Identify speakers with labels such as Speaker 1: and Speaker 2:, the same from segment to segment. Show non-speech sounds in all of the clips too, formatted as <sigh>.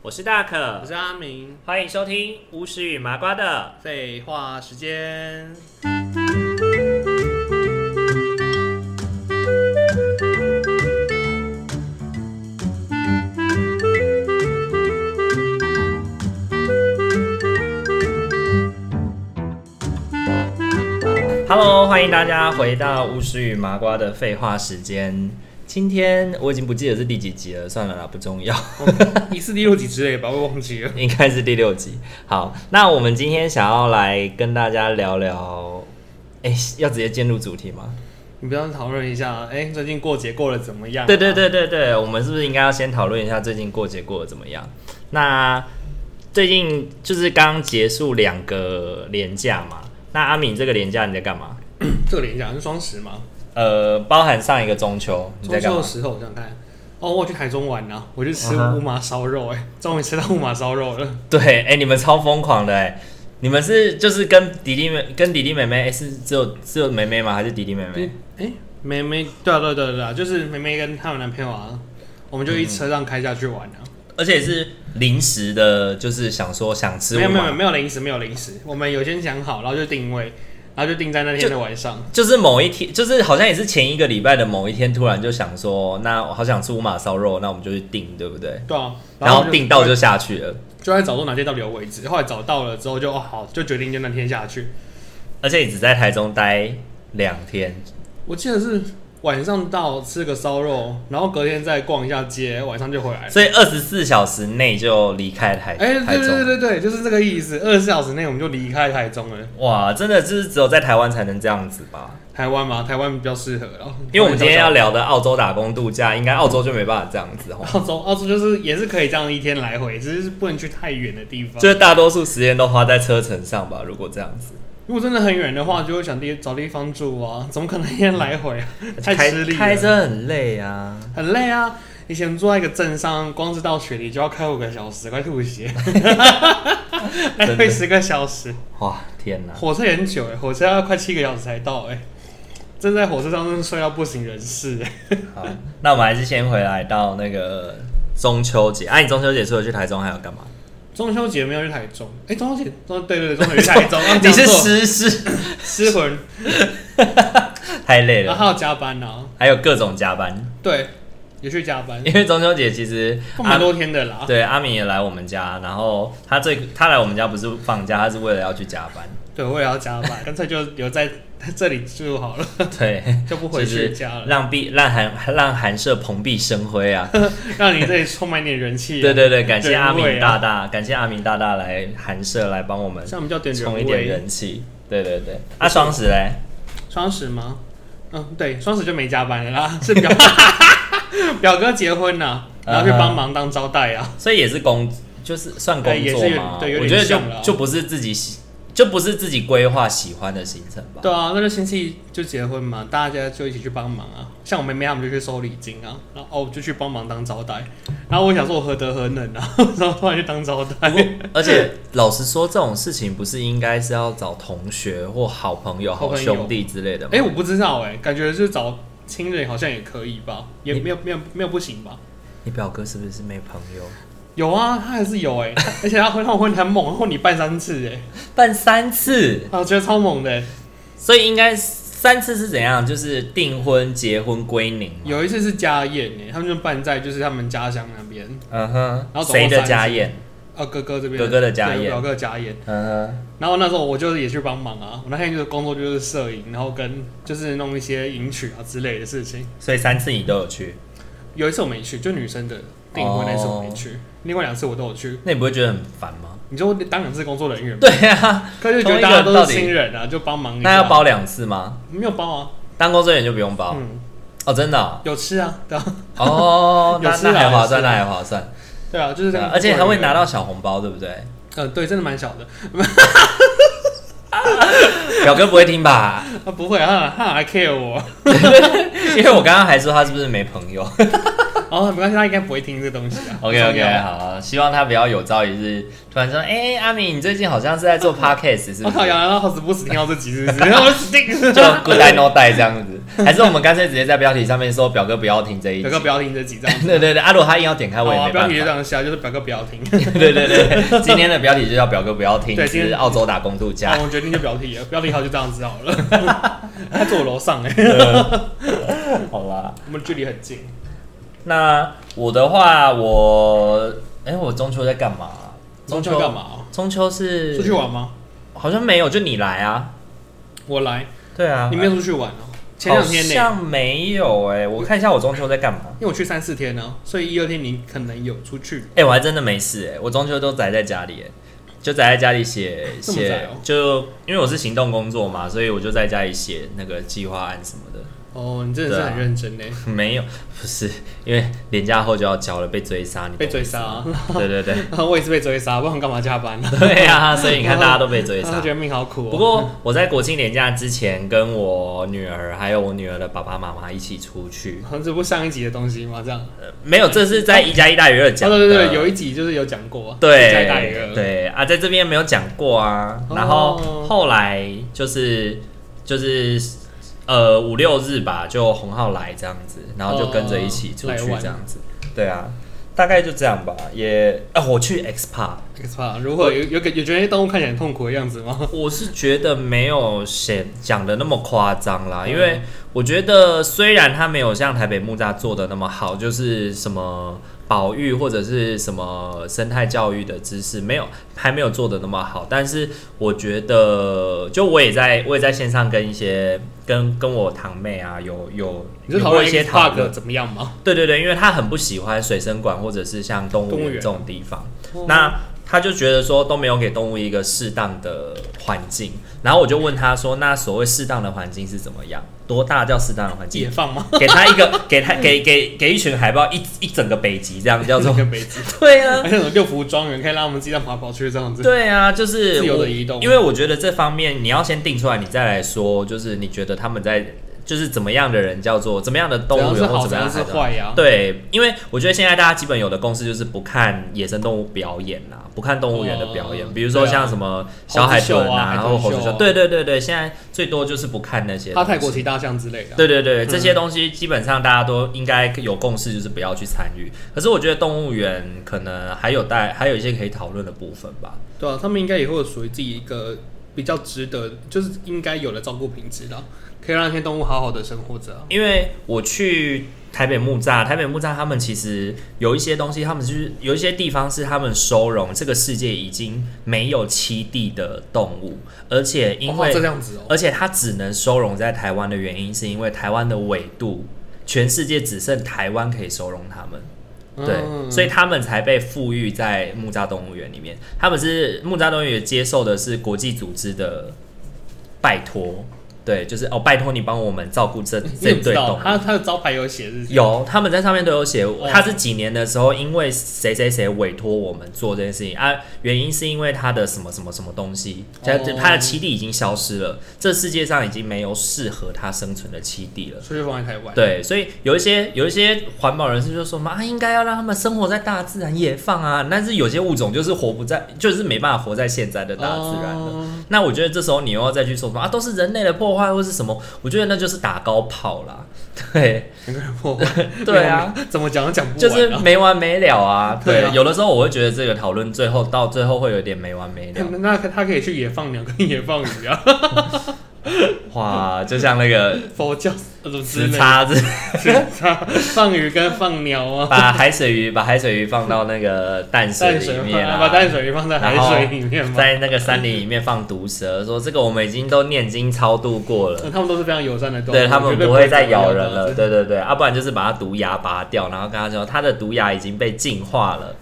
Speaker 1: 我是大可
Speaker 2: 我，是阿明，
Speaker 1: 欢迎收听巫师与麻瓜的。
Speaker 2: 废话时间。
Speaker 1: Hello，欢迎大家回到巫师与麻瓜的废话时间。今天我已经不记得是第几集了，算了啦，不重要，
Speaker 2: <laughs> 一次第六集之类吧，我忘记了。
Speaker 1: 应该是第六集。好，那我们今天想要来跟大家聊聊，哎，要直接进入主题吗？
Speaker 2: 你不要讨论一下，哎、最近过节过得怎么样、啊
Speaker 1: 对对，对对对，我们是不是应该要先讨论一下最近过节过得怎么样？那最近就是刚结束两个连假嘛，那阿敏这个连假你在干嘛？
Speaker 2: 这个连假是双十吗？
Speaker 1: 呃，包含上一个中秋，你
Speaker 2: 中
Speaker 1: 在干
Speaker 2: 秋
Speaker 1: 嘛嗯
Speaker 2: 的？时候，我想看。哦，我去台中玩呐、我去吃乌马烧肉、哎、终于吃到乌马烧肉
Speaker 1: <laughs>
Speaker 2: 了。
Speaker 1: <laughs> 对，哎、你们超疯狂的哎、你们是就是跟弟弟妹跟弟弟妹妹，哎、是只有只有妹妹吗？还是弟弟妹
Speaker 2: 就
Speaker 1: 妹
Speaker 2: 哎、？妹妹，对啊，对啊对啊对啊，就是妹妹跟她有男朋友啊，我们就一车上开下去玩啊。
Speaker 1: 而且是临时的，就是想说想吃
Speaker 2: 没有
Speaker 1: 乌
Speaker 2: 没有没
Speaker 1: 马
Speaker 2: 有，没有零食，没有零食，我们有先讲好，然后就定位，然后就定在那天的晚上。
Speaker 1: 就是某一天，就是好像也是前一个礼拜的某一天，突然就想说，那我好想吃五马烧肉，那我们就去订，对不对？
Speaker 2: 对啊，
Speaker 1: 然
Speaker 2: 我
Speaker 1: 后
Speaker 2: 们就
Speaker 1: 订到就下去了，
Speaker 2: 就在找说哪天到底有位置，后来找到了之后就哦好，就决定就那天下去。
Speaker 1: 而且你只在台中待两天，
Speaker 2: 我记得是晚上到吃个烧肉，然后隔天再逛一下街，晚上就回来了。
Speaker 1: 所以二十四小时内就离开台、
Speaker 2: 哎、
Speaker 1: 台
Speaker 2: 对
Speaker 1: 中。
Speaker 2: 对对对对，就是这个意思。二十四小时内我们就离开台中了，
Speaker 1: 哇，真的就是只有在台湾才能这样子吧？
Speaker 2: 台湾嘛，台湾比较适合了。
Speaker 1: 因为我们今天要聊的澳洲打工度假，应该澳洲就没办法这样 <laughs> 子哦，
Speaker 2: 澳洲，澳洲就是也是可以这样一天来回，只是不能去太远的地方。
Speaker 1: 就是啊大多数时间都花在车程上吧。如果这样子，
Speaker 2: 如果真的很远的话，就会想地找地方住啊，怎么可能一天来回啊？太
Speaker 1: 开
Speaker 2: 吃力
Speaker 1: 开
Speaker 2: 了，
Speaker 1: 车很累啊。
Speaker 2: 很累啊。以前住在一个镇上，光是到雪梨就要开五个小时，快
Speaker 1: <laughs>
Speaker 2: 吐血，来回十个小时，
Speaker 1: 哇，天哪！
Speaker 2: 火车也很久哎、火车要快七个小时才到哎、正在火车上真的睡到不省人事哎、
Speaker 1: 好， <laughs> 那我们还是先回来到那个中秋节。哎、你中秋节除了去台中还有干嘛？
Speaker 2: 中秋节没有去台中，哎、中秋节，中对对对，中秋节去台
Speaker 1: <laughs>
Speaker 2: 中，啊
Speaker 1: 你是
Speaker 2: 讲错
Speaker 1: 失 <laughs> 失
Speaker 2: 失魂，
Speaker 1: 太累
Speaker 2: 然
Speaker 1: 了，
Speaker 2: 后还有加班啊，
Speaker 1: 还有各种加班，
Speaker 2: 对，也去加
Speaker 1: <laughs>
Speaker 2: 班，
Speaker 1: 因为中秋节其
Speaker 2: <laughs>
Speaker 1: 实
Speaker 2: 放
Speaker 1: 阿
Speaker 2: 蛮多天的啦。
Speaker 1: 对阿敏也来我们家，然后他最他来我们家不是放假，他是为了要去加
Speaker 2: <laughs>
Speaker 1: 班。
Speaker 2: 对，我也要加班，干脆就留在这里住好了，
Speaker 1: 对，
Speaker 2: 就不回
Speaker 1: 就是
Speaker 2: 去家了，
Speaker 1: 让毕让韩让韩舍蓬荜生辉
Speaker 2: <laughs>
Speaker 1: 啊！
Speaker 2: 让你这里充满一点人气、啊
Speaker 1: 对，对对，感谢
Speaker 2: 人
Speaker 1: 阿明
Speaker 2: 味
Speaker 1: 大
Speaker 2: 啊
Speaker 1: 大，感谢阿明大大来韩舍来帮我们
Speaker 2: 这样比较点人
Speaker 1: 充
Speaker 2: 味。
Speaker 1: 一点人气。对对对，啊，双十嘞，
Speaker 2: 双十吗？嗯，对，双十就没加班了啦， <laughs>
Speaker 1: <laughs>
Speaker 2: 是表表哥结婚了，
Speaker 1: 嗯
Speaker 2: 然后去帮忙当招待啊。
Speaker 1: 所以也是工，就是算工
Speaker 2: 哎也是
Speaker 1: 作
Speaker 2: 有
Speaker 1: 嘛。
Speaker 2: 对有
Speaker 1: 我
Speaker 2: 点
Speaker 1: 觉得就
Speaker 2: 像啦啊
Speaker 1: 就不是自己喜，就不是自己规划喜欢的行程吧。
Speaker 2: 对啊，那就星期一就结婚嘛，大家就一起去帮忙啊。像我妹妹他们就去收礼金啊，然后哦我就去帮忙当招待。然后我想说，我何德何能啊， <laughs> 然后突然去当招待。
Speaker 1: 而
Speaker 2: <laughs>
Speaker 1: 且老实说，这种事情不是应该是要找同学或好朋友、
Speaker 2: 好
Speaker 1: 好
Speaker 2: 朋友
Speaker 1: 兄弟之类的吗？
Speaker 2: 哎、我不知道哎、感觉是找亲人好像也可以吧，也没有没有没有不行吧？
Speaker 1: 你表哥是不是没朋友？
Speaker 2: 有啊，他还是有哎、而且他婚后婚很猛，婚礼办三次哎、
Speaker 1: 办三次，
Speaker 2: 啊，我觉得超猛的、欸。
Speaker 1: 所以应该三次是怎样？就是订婚、结婚、归宁嘛。
Speaker 2: 有一次是家宴哎、他们就办在就是他们家乡那边，
Speaker 1: 嗯哼，
Speaker 2: 然后总共
Speaker 1: 谁的
Speaker 2: 三次
Speaker 1: 家宴？
Speaker 2: 啊哥哥这边
Speaker 1: 哥哥的家宴
Speaker 2: 对我表哥的家宴。
Speaker 1: 嗯哼，
Speaker 2: 然后那时候我就是也去帮忙啊，我那天就是工作就是摄影，然后跟就是弄一些迎娶啊之类的事情。
Speaker 1: 所以三次你都有去，
Speaker 2: 有一次我没去，就女生的订婚那次我没
Speaker 1: 哦
Speaker 2: 去，另外两次我都有去。
Speaker 1: 那你不会觉得很烦吗？
Speaker 2: 你说当两次工作人员
Speaker 1: <laughs>
Speaker 2: 吗
Speaker 1: 对啊，
Speaker 2: 可是觉得大家都是新人啊，就帮忙一下。
Speaker 1: 那要包两次吗？
Speaker 2: 没有包啊？
Speaker 1: 当工作人员就不用包、
Speaker 2: 嗯，
Speaker 1: 哦，真的 <laughs> 哦，
Speaker 2: 有吃啊，对啊， <laughs>
Speaker 1: 哦那
Speaker 2: 有吃
Speaker 1: 那
Speaker 2: 啦
Speaker 1: 还划算，
Speaker 2: 有吃
Speaker 1: 那
Speaker 2: 啦
Speaker 1: 还划算，
Speaker 2: 对啊，就是这样。
Speaker 1: 而且还会拿，到小红包，对不对？
Speaker 2: 呃，对，真的蛮小的。
Speaker 1: 表哥不会听 <laughs> 吧？
Speaker 2: 啊，不会啊，他还 care 我，
Speaker 1: <laughs> 因为我刚刚还说他是不是没朋友，
Speaker 2: 哦，没关系，他应该不会听这东西啊。
Speaker 1: OK
Speaker 2: 不重
Speaker 1: OK，
Speaker 2: 要。
Speaker 1: 好，希望他不要有朝一日突然说，哎、阿敏，你最近好像是在 <laughs> 做 podcast，是
Speaker 2: 我
Speaker 1: 不
Speaker 2: 靠，
Speaker 1: 是？
Speaker 2: 杨洋好死不死听到这集是不 <laughs> 是？我死定了。
Speaker 1: 就 good I no die 这样子，还是我们干脆直接在标题上面说，表哥不要听这一集
Speaker 2: <laughs> 表。哥不要听这集，这样
Speaker 1: <laughs>
Speaker 2: 子。
Speaker 1: 对对对，阿、啊、如果他硬要点开，
Speaker 2: 好
Speaker 1: 我也
Speaker 2: 啊，
Speaker 1: 没
Speaker 2: 标
Speaker 1: 办
Speaker 2: 题就这
Speaker 1: 法。
Speaker 2: 样下，就是表哥不要听。
Speaker 1: 对对对，今天的标题就叫表哥不要听，
Speaker 2: 对今天
Speaker 1: 是澳洲打工度 <laughs> 假
Speaker 2: 好，。我决定就标题了，标题好就这样子好
Speaker 1: <laughs>
Speaker 2: 了。他坐我楼上哎、
Speaker 1: <laughs> 好啦，
Speaker 2: 我们距离很近。
Speaker 1: 那我的话，我哎、我中秋在干嘛？
Speaker 2: 中秋干？嘛、哦
Speaker 1: 中秋是
Speaker 2: 出去？玩吗？
Speaker 1: 好像没有，就你来啊。
Speaker 2: 我来，
Speaker 1: 对啊，
Speaker 2: 你没有出去玩哦、前两天呢、
Speaker 1: 好像没有哎、我看一下我中秋在干嘛。
Speaker 2: 因为我去三四天呢、所以一二天你可能有出去。
Speaker 1: 哎、我还真的没事哎、我中秋都宅在家里、欸，就宅在家里写
Speaker 2: 这么宅
Speaker 1: 写
Speaker 2: 哦，
Speaker 1: 就因为我是行动工作嘛，所以我就在家里写那个计划案什么的。 <laughs>
Speaker 2: 哦，你真的是
Speaker 1: 啊
Speaker 2: 很认真呢、
Speaker 1: 没有，不是因为年假后就要交了，被追杀，你懂
Speaker 2: 被追杀、 <laughs> 啊，
Speaker 1: 吗？对对 <laughs> 对，
Speaker 2: 我也是被追杀，不然我干嘛加班呢、
Speaker 1: 对啊，所以你
Speaker 2: <laughs>
Speaker 1: 看大家都被追
Speaker 2: 啊？
Speaker 1: 杀
Speaker 2: 他觉。得命好苦、哦。
Speaker 1: 不过我在国庆年假之前，跟我女儿还有我女儿的爸爸妈妈一起出去，
Speaker 2: 好像这不上一集的东西吗？这样，哦，
Speaker 1: 呃没有，这是在一加一大于二讲的。
Speaker 2: 对对对，有一集就是有讲过，
Speaker 1: 对，
Speaker 2: 加大鱼了，
Speaker 1: 对啊，在这边没有讲过啊。
Speaker 2: 哦
Speaker 1: 然后后来就是就是呃五六日吧，就洪浩来这样子，然后就跟着一起出去
Speaker 2: 哦来玩
Speaker 1: 这样子。对啊，大概就这样吧。也啊，我去 X Park，
Speaker 2: X 怕啊如果有有有觉得动物看起来很痛苦的样
Speaker 1: <laughs>
Speaker 2: 子吗？
Speaker 1: 我是觉得没有写讲的那么夸张
Speaker 2: 嗯
Speaker 1: 啦，因为我觉得虽然它没有像台北木栅做的那么好，就是什么保育或者是什么生态教育的知识没有还没有做的那么好，但是我觉得就我也在我也在线上跟一些跟跟我堂妹啊有有
Speaker 2: 你是
Speaker 1: 有
Speaker 2: 讨
Speaker 1: 过
Speaker 2: 论
Speaker 1: 一些
Speaker 2: X
Speaker 1: 讨
Speaker 2: bug
Speaker 1: 论，
Speaker 2: 怎么样吗？
Speaker 1: 对对对，因为她很不喜欢水生馆或者是像动物
Speaker 2: 动物
Speaker 1: 园
Speaker 2: 园
Speaker 1: 这种地方。
Speaker 2: 嗯
Speaker 1: 那他就觉得说都没有给动物一个适当的环境，然后我就问他说，那所谓适当的环境是怎么样？多大叫适当的环
Speaker 2: 解
Speaker 1: 境？
Speaker 2: 放吗？
Speaker 1: 给他一个， <laughs> 给他给给给一群海豹一一整个北极这样叫
Speaker 2: <laughs>
Speaker 1: 做
Speaker 2: 一个
Speaker 1: <laughs>
Speaker 2: 杯子，
Speaker 1: 对啊，
Speaker 2: 还有那种六福庄园可以让我们自己这样跑来跑去这样子。
Speaker 1: 对啊，就是
Speaker 2: 自由的
Speaker 1: 我
Speaker 2: 移动
Speaker 1: 因为我觉得这方面你要先定出来，你再来说，就是你觉得他们在就是怎么样的人叫做怎么样的动物
Speaker 2: 怎
Speaker 1: 园
Speaker 2: 样啊是好
Speaker 1: 或怎么样的
Speaker 2: 怎样是
Speaker 1: 海盗
Speaker 2: 坏啊呀
Speaker 1: 对，因为我觉得现在大家基本有的共识就是不看野生动物表演啦、不看动物园的表演，
Speaker 2: 哦
Speaker 1: 比如说
Speaker 2: 对啊
Speaker 1: 像什么小海豚
Speaker 2: 猴子秀啊
Speaker 1: 然后猴子
Speaker 2: 海豚秀
Speaker 1: 秀，
Speaker 2: 啊
Speaker 1: 对对对对，现在最多就是不看那些东
Speaker 2: 他
Speaker 1: 西啊
Speaker 2: 泰国骑大象之类的。
Speaker 1: 对对对，这些东西基本上大家都应该有共识，就是不要去参与。可是我觉得动物园可能还有带还有一些可以讨论的部分吧。
Speaker 2: 对啊，他们应该也会有属于自己一个比较值得，就是应该有的照顾品质啦，可以让那些动物好好的生活着啊。
Speaker 1: 因为我去台北木栅，台北木栅他们其实有一些东西，他们就是有一些地方是他们收容这个世界已经没有栖地的动物，而且因
Speaker 2: 哦
Speaker 1: 为、
Speaker 2: 这样子哦，
Speaker 1: 而且它只能收容在台湾的原因，是因为台湾的纬度，全世界只剩台湾可以收容它们。对，
Speaker 2: 嗯
Speaker 1: 所以他们才被富裕在木栅动物园里面。他们是木栅动物园接受的是国际组织的拜托，对，就是哦，拜托你帮我们照顾这
Speaker 2: <laughs> 你
Speaker 1: 这
Speaker 2: 怎么知
Speaker 1: 对动
Speaker 2: 道
Speaker 1: 物。
Speaker 2: 他哦他的招牌有写日期，
Speaker 1: 有，他们在上面都有写，他是几年的时候，因为谁谁谁委托我们做这件事情啊，原因是因为他的什么什么什么东西，他
Speaker 2: 哦
Speaker 1: 他的栖地已经消失了，这世界上已经没有适合他生存的栖地了。
Speaker 2: 出去放在台湾。
Speaker 1: 对，所以有一些有一些环保人士就说嘛，啊，应该要让他们生活在大自然野放啊，但是有些物种就是活不在，就是没办法活在现在的大自然了。
Speaker 2: 哦
Speaker 1: 那我觉得这时候你又要再去说什么啊，都是人类的破坏或是什么，我觉得那就是打高炮啦，对，。
Speaker 2: 两个人破坏
Speaker 1: <laughs> 对啊，
Speaker 2: 怎么讲都讲不
Speaker 1: 就
Speaker 2: 完
Speaker 1: 是
Speaker 2: 啊。
Speaker 1: 没完没了啊。对，
Speaker 2: <laughs> 对啊
Speaker 1: 有的时候我会觉得这个讨论最后到最后会有点没完
Speaker 2: <laughs>
Speaker 1: 没了。
Speaker 2: 哎那他可以去野放鸟 <laughs> 跟野放鱼啊，
Speaker 1: 哇，就像那个
Speaker 2: 佛教呃什么之
Speaker 1: 直
Speaker 2: 类的，
Speaker 1: 叉子，
Speaker 2: 放鱼跟放鸟啊，
Speaker 1: 把海水鱼把海水鱼放到那个淡 <laughs> 水
Speaker 2: 淡
Speaker 1: 里
Speaker 2: 水放
Speaker 1: 面啊，
Speaker 2: 把淡水鱼放在海
Speaker 1: 然后
Speaker 2: 水里面嘛，
Speaker 1: <laughs> 在那个山林里面放毒蛇，说这个我们已经都念经超度过了，
Speaker 2: 嗯 <laughs> 他们都是非常友善的动物，
Speaker 1: 对啊他
Speaker 2: 绝
Speaker 1: 们
Speaker 2: 对
Speaker 1: 不
Speaker 2: 不
Speaker 1: 会再咬人
Speaker 2: 怎么样
Speaker 1: 了，
Speaker 2: 的。
Speaker 1: 对对对，要、不然就是把它毒牙拔掉，然后跟他说它的毒牙已经被净化 <laughs> 了，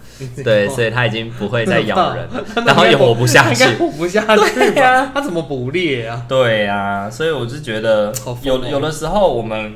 Speaker 1: 对，所以它已经不
Speaker 2: <laughs>
Speaker 1: 会再咬人 <laughs> 了，然后也活不下去 <laughs>
Speaker 2: 应。该活不下去
Speaker 1: 对啊
Speaker 2: 吧？他怎么捕猎啊？
Speaker 1: 对啊，所以我就觉得
Speaker 2: 好疯
Speaker 1: 有
Speaker 2: 哦
Speaker 1: 有的时候我们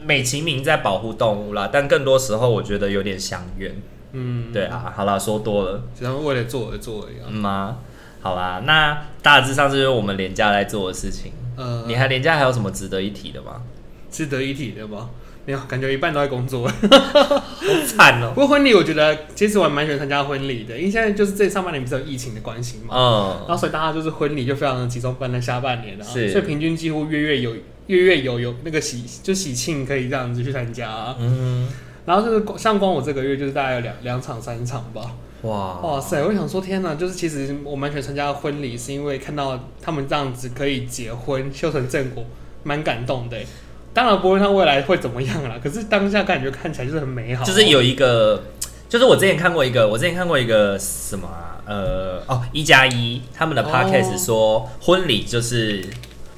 Speaker 1: 美其名在保护动物啦，但更多时候我觉得有点相怨。
Speaker 2: 嗯，
Speaker 1: 对啊，好啦，说多了。
Speaker 2: 只是为了做而做而已啊。
Speaker 1: 嗯吗？好啦，那大致上这就是我们廉价在做的事情。
Speaker 2: 呃， <laughs>
Speaker 1: 你还廉价还有什么值得一提的吗？
Speaker 2: 值得一提的吧？没有，感觉一半都在工作。
Speaker 1: 好惨哦。
Speaker 2: 不过婚礼，我觉得其实我还蛮喜欢参加婚礼的，因为现在就是这上半年不是有疫情的关系嘛，然
Speaker 1: 嗯，
Speaker 2: 后所以大家就是婚礼就非常的集中办在下半年啊，所
Speaker 1: 是
Speaker 2: 以平均几乎月月有月月有有那个喜就喜庆可以这样子去参加、啊，
Speaker 1: 嗯，
Speaker 2: 然后就是光像光我这个月就是大概有两两场三场吧，
Speaker 1: 哇，
Speaker 2: 哇塞，我想说天哪，就是其实我蛮喜欢参加婚礼，是因为看到他们这样子可以结婚修成正果，蛮感动的欸。当然不会看未来会怎么样啦，可是当下感觉看起来就是很美好，
Speaker 1: 就是有一个，就是我之前看过一个，我之前看过一个什么啊、呃，哦，一加一他们的
Speaker 2: 哦
Speaker 1: podcast 说婚礼就是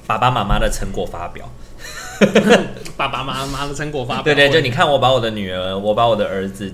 Speaker 1: 爸爸妈妈的成果发表。
Speaker 2: 爸爸妈妈的成果发表
Speaker 1: 对
Speaker 2: 会。
Speaker 1: 对，就你看，我把我的女儿，我把我的儿子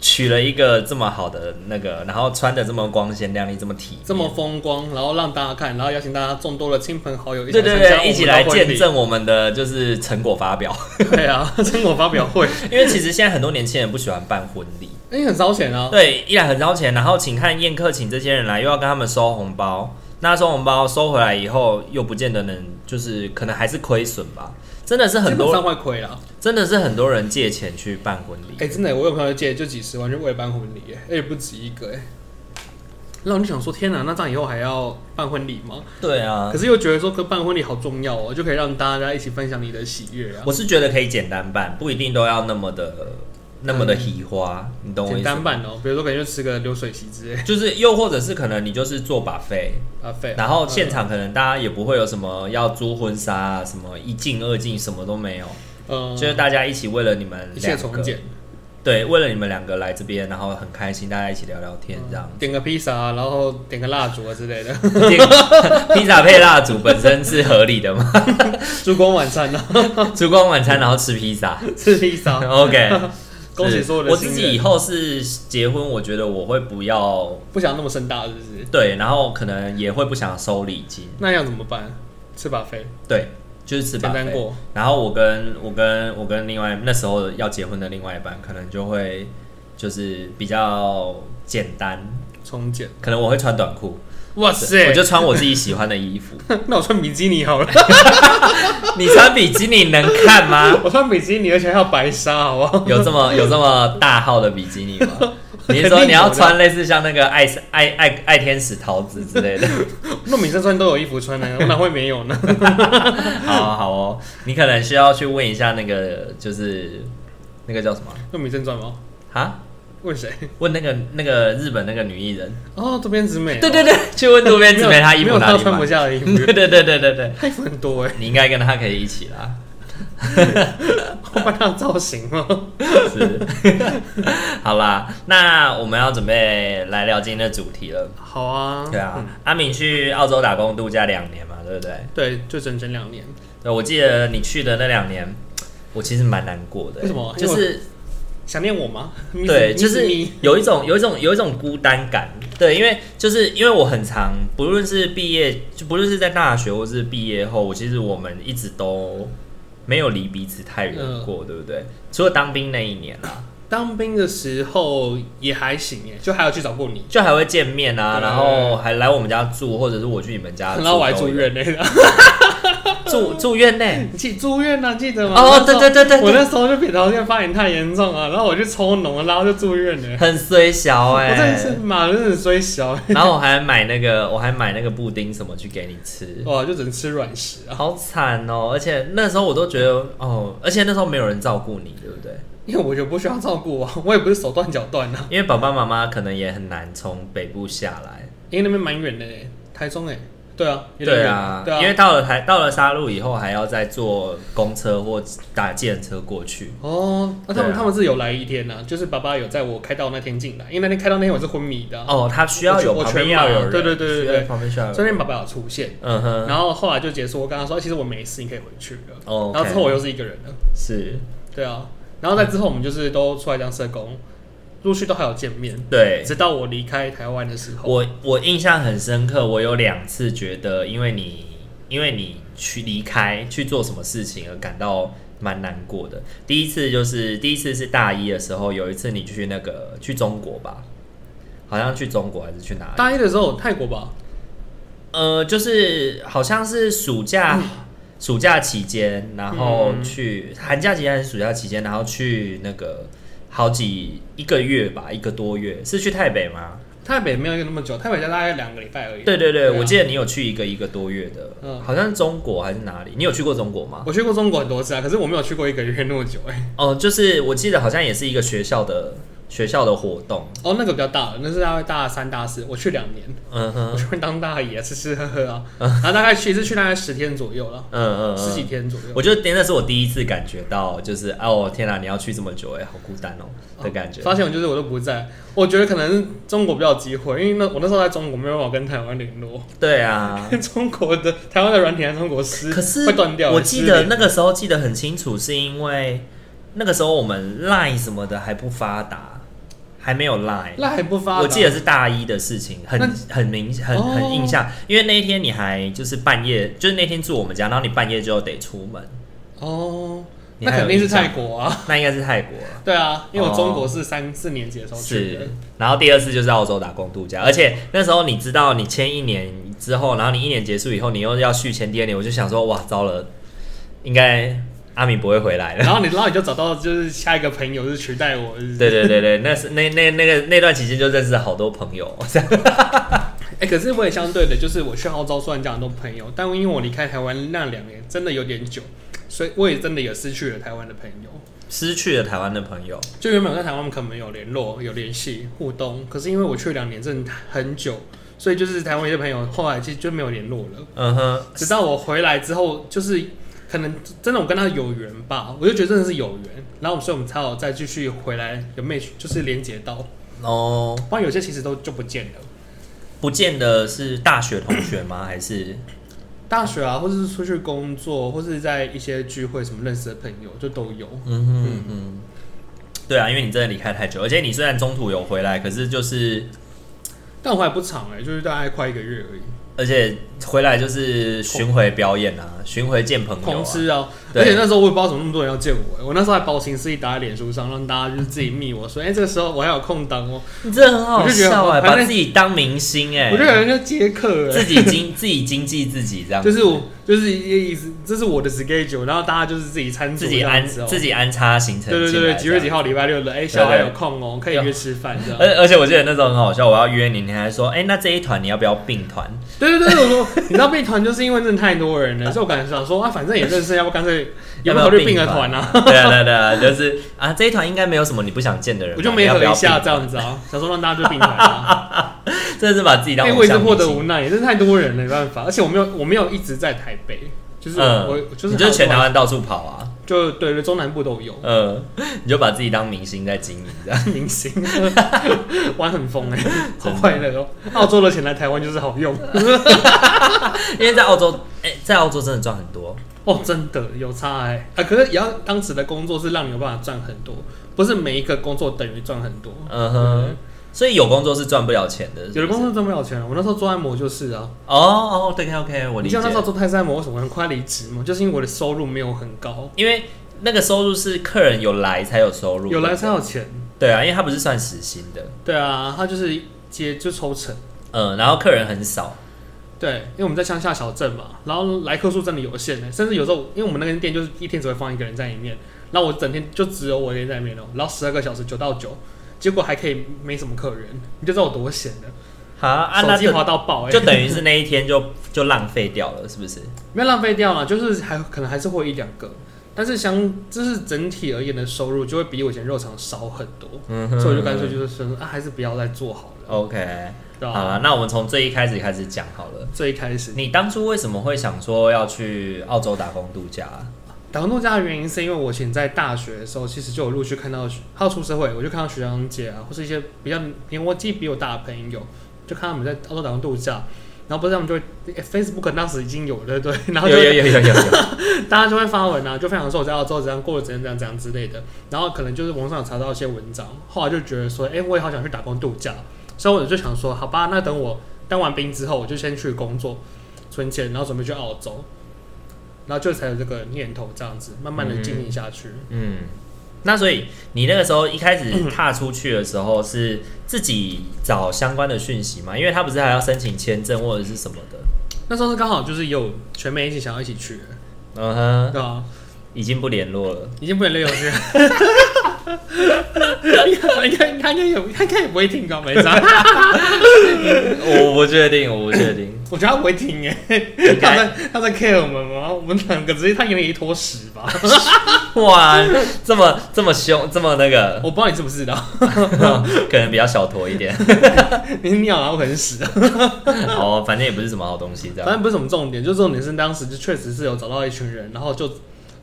Speaker 1: 娶了一个这么好的那个，然后穿的这么光鲜亮丽，这么体面
Speaker 2: 这么风光，然后让大家看，然后邀请大家众多的亲朋好友一起
Speaker 1: 对
Speaker 2: 来
Speaker 1: 对
Speaker 2: 参加我
Speaker 1: 对，
Speaker 2: 们的
Speaker 1: 一起来
Speaker 2: 婚礼
Speaker 1: 见。证我们的就是成果发表。 <laughs>
Speaker 2: 对啊， <laughs> 成果发表会，
Speaker 1: 因为其实现在很多年轻人不喜欢办婚礼，
Speaker 2: 因为很烧钱啊。
Speaker 1: 对，一来很烧钱，然后请看宴客，请这些人来，又要跟他们收红包。那收红包收回来以后，又不见得能，就是可能还是亏损吧。真的是很
Speaker 2: 基本
Speaker 1: 多，
Speaker 2: 上会亏啦。
Speaker 1: 真的是很多人借钱去办婚礼。
Speaker 2: 哎、真的，我有朋友借就几十万，就为了办婚礼，哎，也不止一个哎。然后我就想说，天哪，那这样以后还要办婚礼吗？
Speaker 1: 对啊
Speaker 2: 可，是又觉得说，跟办婚礼好重要哦，就可以让大家一起分享你的喜悦啊。
Speaker 1: 我是觉得可以简单办，不一定都要那么的那么的喜花，你懂我
Speaker 2: 简
Speaker 1: 意思
Speaker 2: 单
Speaker 1: 吗？
Speaker 2: 办哦，比如说可能就吃个流水席之类
Speaker 1: 就是又或者是可能你就是做把费，
Speaker 2: 啊，费。
Speaker 1: 然后现场可能大家也不会有什么要租婚纱啊，什么一进二进什么都没有，
Speaker 2: 呃，
Speaker 1: 就是大家一起为了你们
Speaker 2: 一切
Speaker 1: 两
Speaker 2: 从
Speaker 1: 个，
Speaker 2: 简，
Speaker 1: 对，为了你们两个来这边，然后很开心，大家一起聊聊天这样。
Speaker 2: 点个披萨啊，然后点个蜡烛啊之类的， <laughs>
Speaker 1: 这个 <laughs> 披萨配蜡烛本身是合理的嘛？ <laughs>
Speaker 2: 烛光晚餐啊， <laughs>
Speaker 1: 烛光晚餐，然后吃披萨
Speaker 2: 吃披萨。
Speaker 1: ，OK。
Speaker 2: 哦 <laughs> 恭喜
Speaker 1: 是
Speaker 2: 所有的
Speaker 1: 我
Speaker 2: 新
Speaker 1: 自
Speaker 2: 人
Speaker 1: 己以后是结婚，我觉得我会不要
Speaker 2: 不想那么盛大，是不是？
Speaker 1: 对，然后可能也会不想收礼金，
Speaker 2: 那要怎么办？吃把费，
Speaker 1: 对，就是吃
Speaker 2: 简
Speaker 1: 饱
Speaker 2: 单
Speaker 1: 费。
Speaker 2: 过。
Speaker 1: 然后我跟我跟我跟另外那时候要结婚的另外一半，可能就会就是比较简单，
Speaker 2: 从简。
Speaker 1: 可能我会穿短裤，
Speaker 2: 哇
Speaker 1: 我就穿我自己喜欢的衣服。
Speaker 2: <laughs> 那我穿比基尼好了，
Speaker 1: 你穿比基尼能看吗？
Speaker 2: <laughs> 我穿比基尼，而且还要白纱，好不好？
Speaker 1: 有这么有这么大号的比基尼
Speaker 2: <laughs>
Speaker 1: 吗？你是
Speaker 2: 肯
Speaker 1: 说
Speaker 2: 定有的
Speaker 1: 你要穿类似像那个
Speaker 2: 啊
Speaker 1: 爱爱爱爱天使桃子之
Speaker 2: <laughs>
Speaker 1: 类的？
Speaker 2: <laughs> 那每身穿都有衣服 <laughs> 穿呢，啊我哪会没有呢？
Speaker 1: 好啊好哦，你可能需要去问一下那个就是那个叫什么
Speaker 2: 用米正传吗？
Speaker 1: 啊？
Speaker 2: 问谁？
Speaker 1: 问那个那个日本那个女艺人，
Speaker 2: 哦，渡边直美哦。
Speaker 1: 对对对，去问渡边直美她衣
Speaker 2: 没
Speaker 1: 服
Speaker 2: 有
Speaker 1: 哪
Speaker 2: 他
Speaker 1: 里
Speaker 2: 穿不
Speaker 1: 买？
Speaker 2: 下的衣服，
Speaker 1: <laughs> 对对对对对对，
Speaker 2: <laughs> 他衣服很多哎，
Speaker 1: 你应该跟她可以一起
Speaker 2: <laughs>
Speaker 1: 啦。
Speaker 2: 我把他的造型哦吗？
Speaker 1: 是， <laughs> 好啦，那我们要准备来聊今天的主题了。
Speaker 2: <laughs> 好啊，
Speaker 1: 对啊，阿敏去澳洲打工度假两年嘛，对不对？
Speaker 2: 对，就整整两年。
Speaker 1: 对，我记得你去的那两年，我其实蛮难过的、
Speaker 2: 为什么
Speaker 1: 就
Speaker 2: 因
Speaker 1: 是
Speaker 2: 想念我吗？
Speaker 1: 对，
Speaker 2: Miss-
Speaker 1: 就
Speaker 2: Miss
Speaker 1: 是
Speaker 2: me
Speaker 1: 有一种有一种有一种孤单感。对，因为就是因为我很常，不论是毕业，就不论是在大学或是毕业后，我其实我们一直都没有离彼此太远过，对不对？除了当兵那一年啦，
Speaker 2: 当兵的时候也还行哎，就还有去找过你，
Speaker 1: 就还会见面啊，
Speaker 2: 对
Speaker 1: 然后还来我们家住，或者是我去你们家啊住
Speaker 2: 然
Speaker 1: 都
Speaker 2: 后
Speaker 1: 有，
Speaker 2: 我还住院呢。 <laughs>
Speaker 1: 住住院内。
Speaker 2: 你记住院啊，记得吗？
Speaker 1: 哦
Speaker 2: 那时候
Speaker 1: 对对对对
Speaker 2: 我那时候就扁桃腺发炎太严重啊，然后我去抽脓，然后就住院 <laughs> 了。
Speaker 1: 很衰小
Speaker 2: 我
Speaker 1: 哎、
Speaker 2: 真的是马真的是虽小，
Speaker 1: 然后我还买那个，我还买那个布丁什么去给你吃，
Speaker 2: 哇，就只能吃软食啊，
Speaker 1: 好惨哦！而且那时候我都觉得哦，而且那时候没有人照顾你，对不对？
Speaker 2: 因为我就不需要照顾啊，我也不是手断脚断啊，
Speaker 1: 因为爸爸妈妈可能也很难从北部下来。
Speaker 2: 因为那边蛮远的欸，台中哎，对啊，有点
Speaker 1: 对
Speaker 2: 远
Speaker 1: 啊，
Speaker 2: 对啊，
Speaker 1: 因为到了台到了沙鹿以后，还要再坐公车或打电车过去。
Speaker 2: 哦，那他们
Speaker 1: 对啊
Speaker 2: 他们是有来一天啊，就是爸爸有在我开刀那天进来，因为那天开刀那天我是昏迷的啊，
Speaker 1: 哦，他需要有
Speaker 2: 我
Speaker 1: 旁
Speaker 2: 全
Speaker 1: 边要有
Speaker 2: 麻
Speaker 1: 人，
Speaker 2: 对对对对对
Speaker 1: 需要旁边需要有
Speaker 2: 所以
Speaker 1: 人。
Speaker 2: 那天爸爸有出现，
Speaker 1: 嗯哼，
Speaker 2: 然后后来就结束，我跟他说，哎其实我没事，你可以回去了。
Speaker 1: 哦，
Speaker 2: 然后之后我又是一个人了。
Speaker 1: 是，
Speaker 2: 对啊，然后在之后我们就是都出来当社工，陆续都还有见面，
Speaker 1: 对，
Speaker 2: 直到我离开台湾的时候，
Speaker 1: 我我印象很深刻，我有两次觉得因为你因为你去离开去做什么事情而感到蛮难过的。第一次就是第一次是大一的时候，有一次你去那个去中国吧，好像去中国还是去哪里？
Speaker 2: 大一的时候泰国吧，
Speaker 1: 呃，就是好像是暑假。暑假期间，然后
Speaker 2: 嗯
Speaker 1: 去、寒假期间还是暑假期间，然后去那个好几一个月吧，一个多月，是去台北吗？
Speaker 2: 台北没有一个那么久，台北才大概两个礼拜而已。
Speaker 1: 对对对，
Speaker 2: 啊
Speaker 1: 我记得你有去一个一个多月的，
Speaker 2: 嗯
Speaker 1: 好像是中国还是哪里？你有去过中国吗？
Speaker 2: 我去过中国很多次啊，可是我没有去过一个月那么久哎、
Speaker 1: 哦，就是我记得好像也是一个学校的学校的活动，
Speaker 2: 哦，那个比较大了，那是大概大三、大四，我去两年，
Speaker 1: 嗯哼，
Speaker 2: 我去当大爷，吃吃喝喝啊，然后大概去一次去大概十天左右了，
Speaker 1: 嗯嗯嗯，
Speaker 2: 十几天左右。
Speaker 1: 我觉得那是我第一次感觉到，就是哦天哪，你要去这么久，哎，好孤单哦的感觉。
Speaker 2: 发现我就是我都不在，我觉得可能是中国比较有机会，因为那我那时候在中国没有办法跟台湾联络，
Speaker 1: 对
Speaker 2: <laughs>
Speaker 1: 啊，
Speaker 2: 中国的台湾的软体在中国失，
Speaker 1: 可是
Speaker 2: 会断掉。
Speaker 1: 我记
Speaker 2: 失
Speaker 1: 得
Speaker 2: 联
Speaker 1: 那个时候记得很清楚，是因为那个时候我们 Line 什么的还不发达，还没有 Line。
Speaker 2: 那还不发达，哦
Speaker 1: 我记得是大一的事情，很很明很很印象，因为那一天你还就是半夜，就是那天住我们家，然后你半夜就得出门，
Speaker 2: 哦，
Speaker 1: 你
Speaker 2: 那
Speaker 1: 还有
Speaker 2: 肯定是
Speaker 1: 印象
Speaker 2: 泰国啊，
Speaker 1: 那应该是泰国了。
Speaker 2: 对啊，因为我中国是三四年级的时候去的
Speaker 1: 哦是，，然后第二次就是澳洲打工度假，而且那时候你知道你签一年之后，然后你一年结束以后，你又要续签第二年，我就想说，哇，糟了，应该阿米不会回来了。
Speaker 2: <laughs> 然后你然后你就找到就是下一个朋友就是取代我，是不是
Speaker 1: 对对对对，那是那那那个那段期间就认识了好多朋友， <laughs> 这样
Speaker 2: 哎、可是我也相对的，就是我去澳洲虽然交很多朋友，但因为我离开台湾那两年真的有点久，所以我也真的也失去了台湾的朋友。
Speaker 1: 失去了台湾的朋友。
Speaker 2: 就原本我在台湾可能有联络、有联系、互动，可是因为我去两年真的很久，所以就是台湾一些朋友后来其实就没有联络了。
Speaker 1: 嗯哼，
Speaker 2: 直到我回来之后，就是可能真的我跟他有缘吧，我就觉得真的是有缘，然后所以我们才有再继续回来有 match，就是连接到，
Speaker 1: 哦，
Speaker 2: 不然有些其实都就不见了。
Speaker 1: 不见得是大学同学
Speaker 2: <coughs>
Speaker 1: 吗？还是
Speaker 2: 大学啊，或者是出去工作，或是在一些聚会什么认识的朋友，就都有。
Speaker 1: 嗯哼嗯哼，对啊，因为你真的离开太久，而且你虽然中途有回来，可是就是
Speaker 2: 但我还不长哎、就是大概快一个月而已。
Speaker 1: 而且回来就是巡回表演啊，巡回见朋友
Speaker 2: 通
Speaker 1: 啊。
Speaker 2: 知啊！
Speaker 1: 对
Speaker 2: 而且那时候我也不知道怎么那么多人要见我欸、我那时候还把我行事历打在脸书上，让大家就是自己密我说，哎、这个时候我还有空档哦、
Speaker 1: 你真的很好笑哎、
Speaker 2: 我就觉得反
Speaker 1: 把
Speaker 2: 正
Speaker 1: 自己当明星哎、
Speaker 2: 我就有人就接客、
Speaker 1: 自
Speaker 2: 欸，
Speaker 1: 己经 <laughs> 自己经济自己这样，
Speaker 2: 就是我就是一个这是我的 schedule，然后大家就是自己餐桌
Speaker 1: 自己
Speaker 2: 这
Speaker 1: 安
Speaker 2: 样子哦、
Speaker 1: 自己安插行程
Speaker 2: 对对对
Speaker 1: 进来
Speaker 2: 对，几月
Speaker 1: 这
Speaker 2: 几
Speaker 1: 样。
Speaker 2: 号礼拜六的，哎、小孩
Speaker 1: 对
Speaker 2: 有空哦、可以约吃饭这样。
Speaker 1: 而而且我记得那时候很好笑，我要约你，你还说，哎、那这一团你要不要并团？
Speaker 2: 对对对，我说，你知 <laughs> 道被团就是因为真的太多人了，所以我感觉想说啊，反正也认识，要不干脆有没有考虑并个团啊？
Speaker 1: <laughs> 对啊对啊对啊，就是啊，这一团应该没有什么你不想见的人吧，
Speaker 2: 我就没
Speaker 1: 你要
Speaker 2: 合
Speaker 1: 不要
Speaker 2: 一下
Speaker 1: 并
Speaker 2: 这样子啊，想说让大家就并团啊。
Speaker 1: 真的是把自己当
Speaker 2: 因为
Speaker 1: 偶
Speaker 2: 我也是
Speaker 1: 像
Speaker 2: 获
Speaker 1: 明
Speaker 2: 得
Speaker 1: 星。
Speaker 2: 无奈，也是太多人了，没办法。而且我没有，我没有一直在台北，就是我、
Speaker 1: 嗯
Speaker 2: 我就是
Speaker 1: 你就是全台
Speaker 2: 好多，
Speaker 1: 湾到处跑啊，
Speaker 2: 就对对，中南部都有 <laughs>
Speaker 1: 嗯， <laughs> 你就把自己当明星在经营这样。 <laughs>
Speaker 2: 明星 <laughs> 玩很疯哎、 <laughs> 好快乐哦！澳洲的钱来台湾就是好用 <laughs>
Speaker 1: 因为在澳洲，哎、在澳洲真的赚很多，
Speaker 2: 哦，真的有差哎、啊！可是也要当时的工作是让你有办法赚很多，不是每一个工作等于赚很多。
Speaker 1: 嗯哼，所以有工作是赚不了钱的。是不是
Speaker 2: 有的工作赚不了钱，我那时候做按摩就是啊。
Speaker 1: 哦哦，对，OK OK，我理
Speaker 2: 你
Speaker 1: 解
Speaker 2: 像。那时候做泰式按摩，为什么很快离职嘛？就是因为我的收入没有很高，
Speaker 1: 因为那个收入是客人有来才有收入，
Speaker 2: 有来才有钱。
Speaker 1: 对啊，因为他不是算时薪的，
Speaker 2: 对啊，他就是接就抽成。
Speaker 1: 嗯，然后客人很少，
Speaker 2: 对，因为我们在乡下小镇嘛，然后来客数真的有限欸呢，甚至有时候，因为我们那间店就是一天只会放一个人在里面，然后我整天就只有我一个人在里面哦，然后十二个小时九到九，结果还可以没什么客人，你就知道我多闲了，
Speaker 1: 好啊，那
Speaker 2: 手机
Speaker 1: 就
Speaker 2: 滑到爆哎，
Speaker 1: 就等于是那一天就就浪费掉了，是不是？
Speaker 2: <laughs> 没有浪费掉了，就是还可能还是会有一两个，但是相就是整体而言的收入就会比我以前肉场少很多，
Speaker 1: 嗯
Speaker 2: 所以我就干脆就是说啊，还是不要再做好了，
Speaker 1: OK，
Speaker 2: 对啊
Speaker 1: 好啊
Speaker 2: 吧？
Speaker 1: 了，那我们从最一开始开始讲好了。
Speaker 2: 最一开始
Speaker 1: 你当初为什么会想说要去澳洲打工度假？啊
Speaker 2: 打工度假的原因是因为我以前在大学的时候，其实就有陆续看到，还有出社会，我就看到学长姐啊，或是一些比较年我纪比我大的朋友，就看他们在澳洲打工度假，然后不是他们就会、诶 Facebook 当时已经有了，对不对，然后
Speaker 1: 有
Speaker 2: 就
Speaker 1: 有有有有有，
Speaker 2: 大家就会发文啊，就分享说我在澳洲怎样过得怎样怎样怎样之类的，然后可能就是网上有查到一些文章，后来就觉得说，哎、我也好想去打工度假，所以我就想说，好吧，那等我当完兵之后，我就先去工作存钱，然后准备去澳洲，然后就才有这个念头，这样子慢慢的经营下去。
Speaker 1: <laughs> 嗯，那所以你那个时候一开始
Speaker 2: 嗯
Speaker 1: 踏出去的时候是自己找相关的讯息嘛？因为他不是还要申请签证或者是什么的。
Speaker 2: 那时候是刚好就是有全妹一起想要一起去，
Speaker 1: 嗯哼，
Speaker 2: 对啊，
Speaker 1: 已经不联络了。
Speaker 2: 已经不能累游去。应该应该应该有，他应该也不会听吧？没啥，
Speaker 1: 我不确定，我不确定。
Speaker 2: <laughs> 我觉得他不会听哎、
Speaker 1: <laughs> 应
Speaker 2: 他
Speaker 1: 该
Speaker 2: 在他在 care 我们吗？我们两个直接他眼里一坨屎吧？
Speaker 1: <laughs> 哇，这么这么凶，这么那个，
Speaker 2: 我不知道你知不知道，
Speaker 1: <laughs> 可能比较小坨一点。 <laughs>
Speaker 2: 你是尿啊然后很屎，
Speaker 1: 哦，反正也不是什么好东西，这
Speaker 2: 反
Speaker 1: 样。
Speaker 2: 正不是什么重点，就重点是当时就确实是有找到一群人，然后就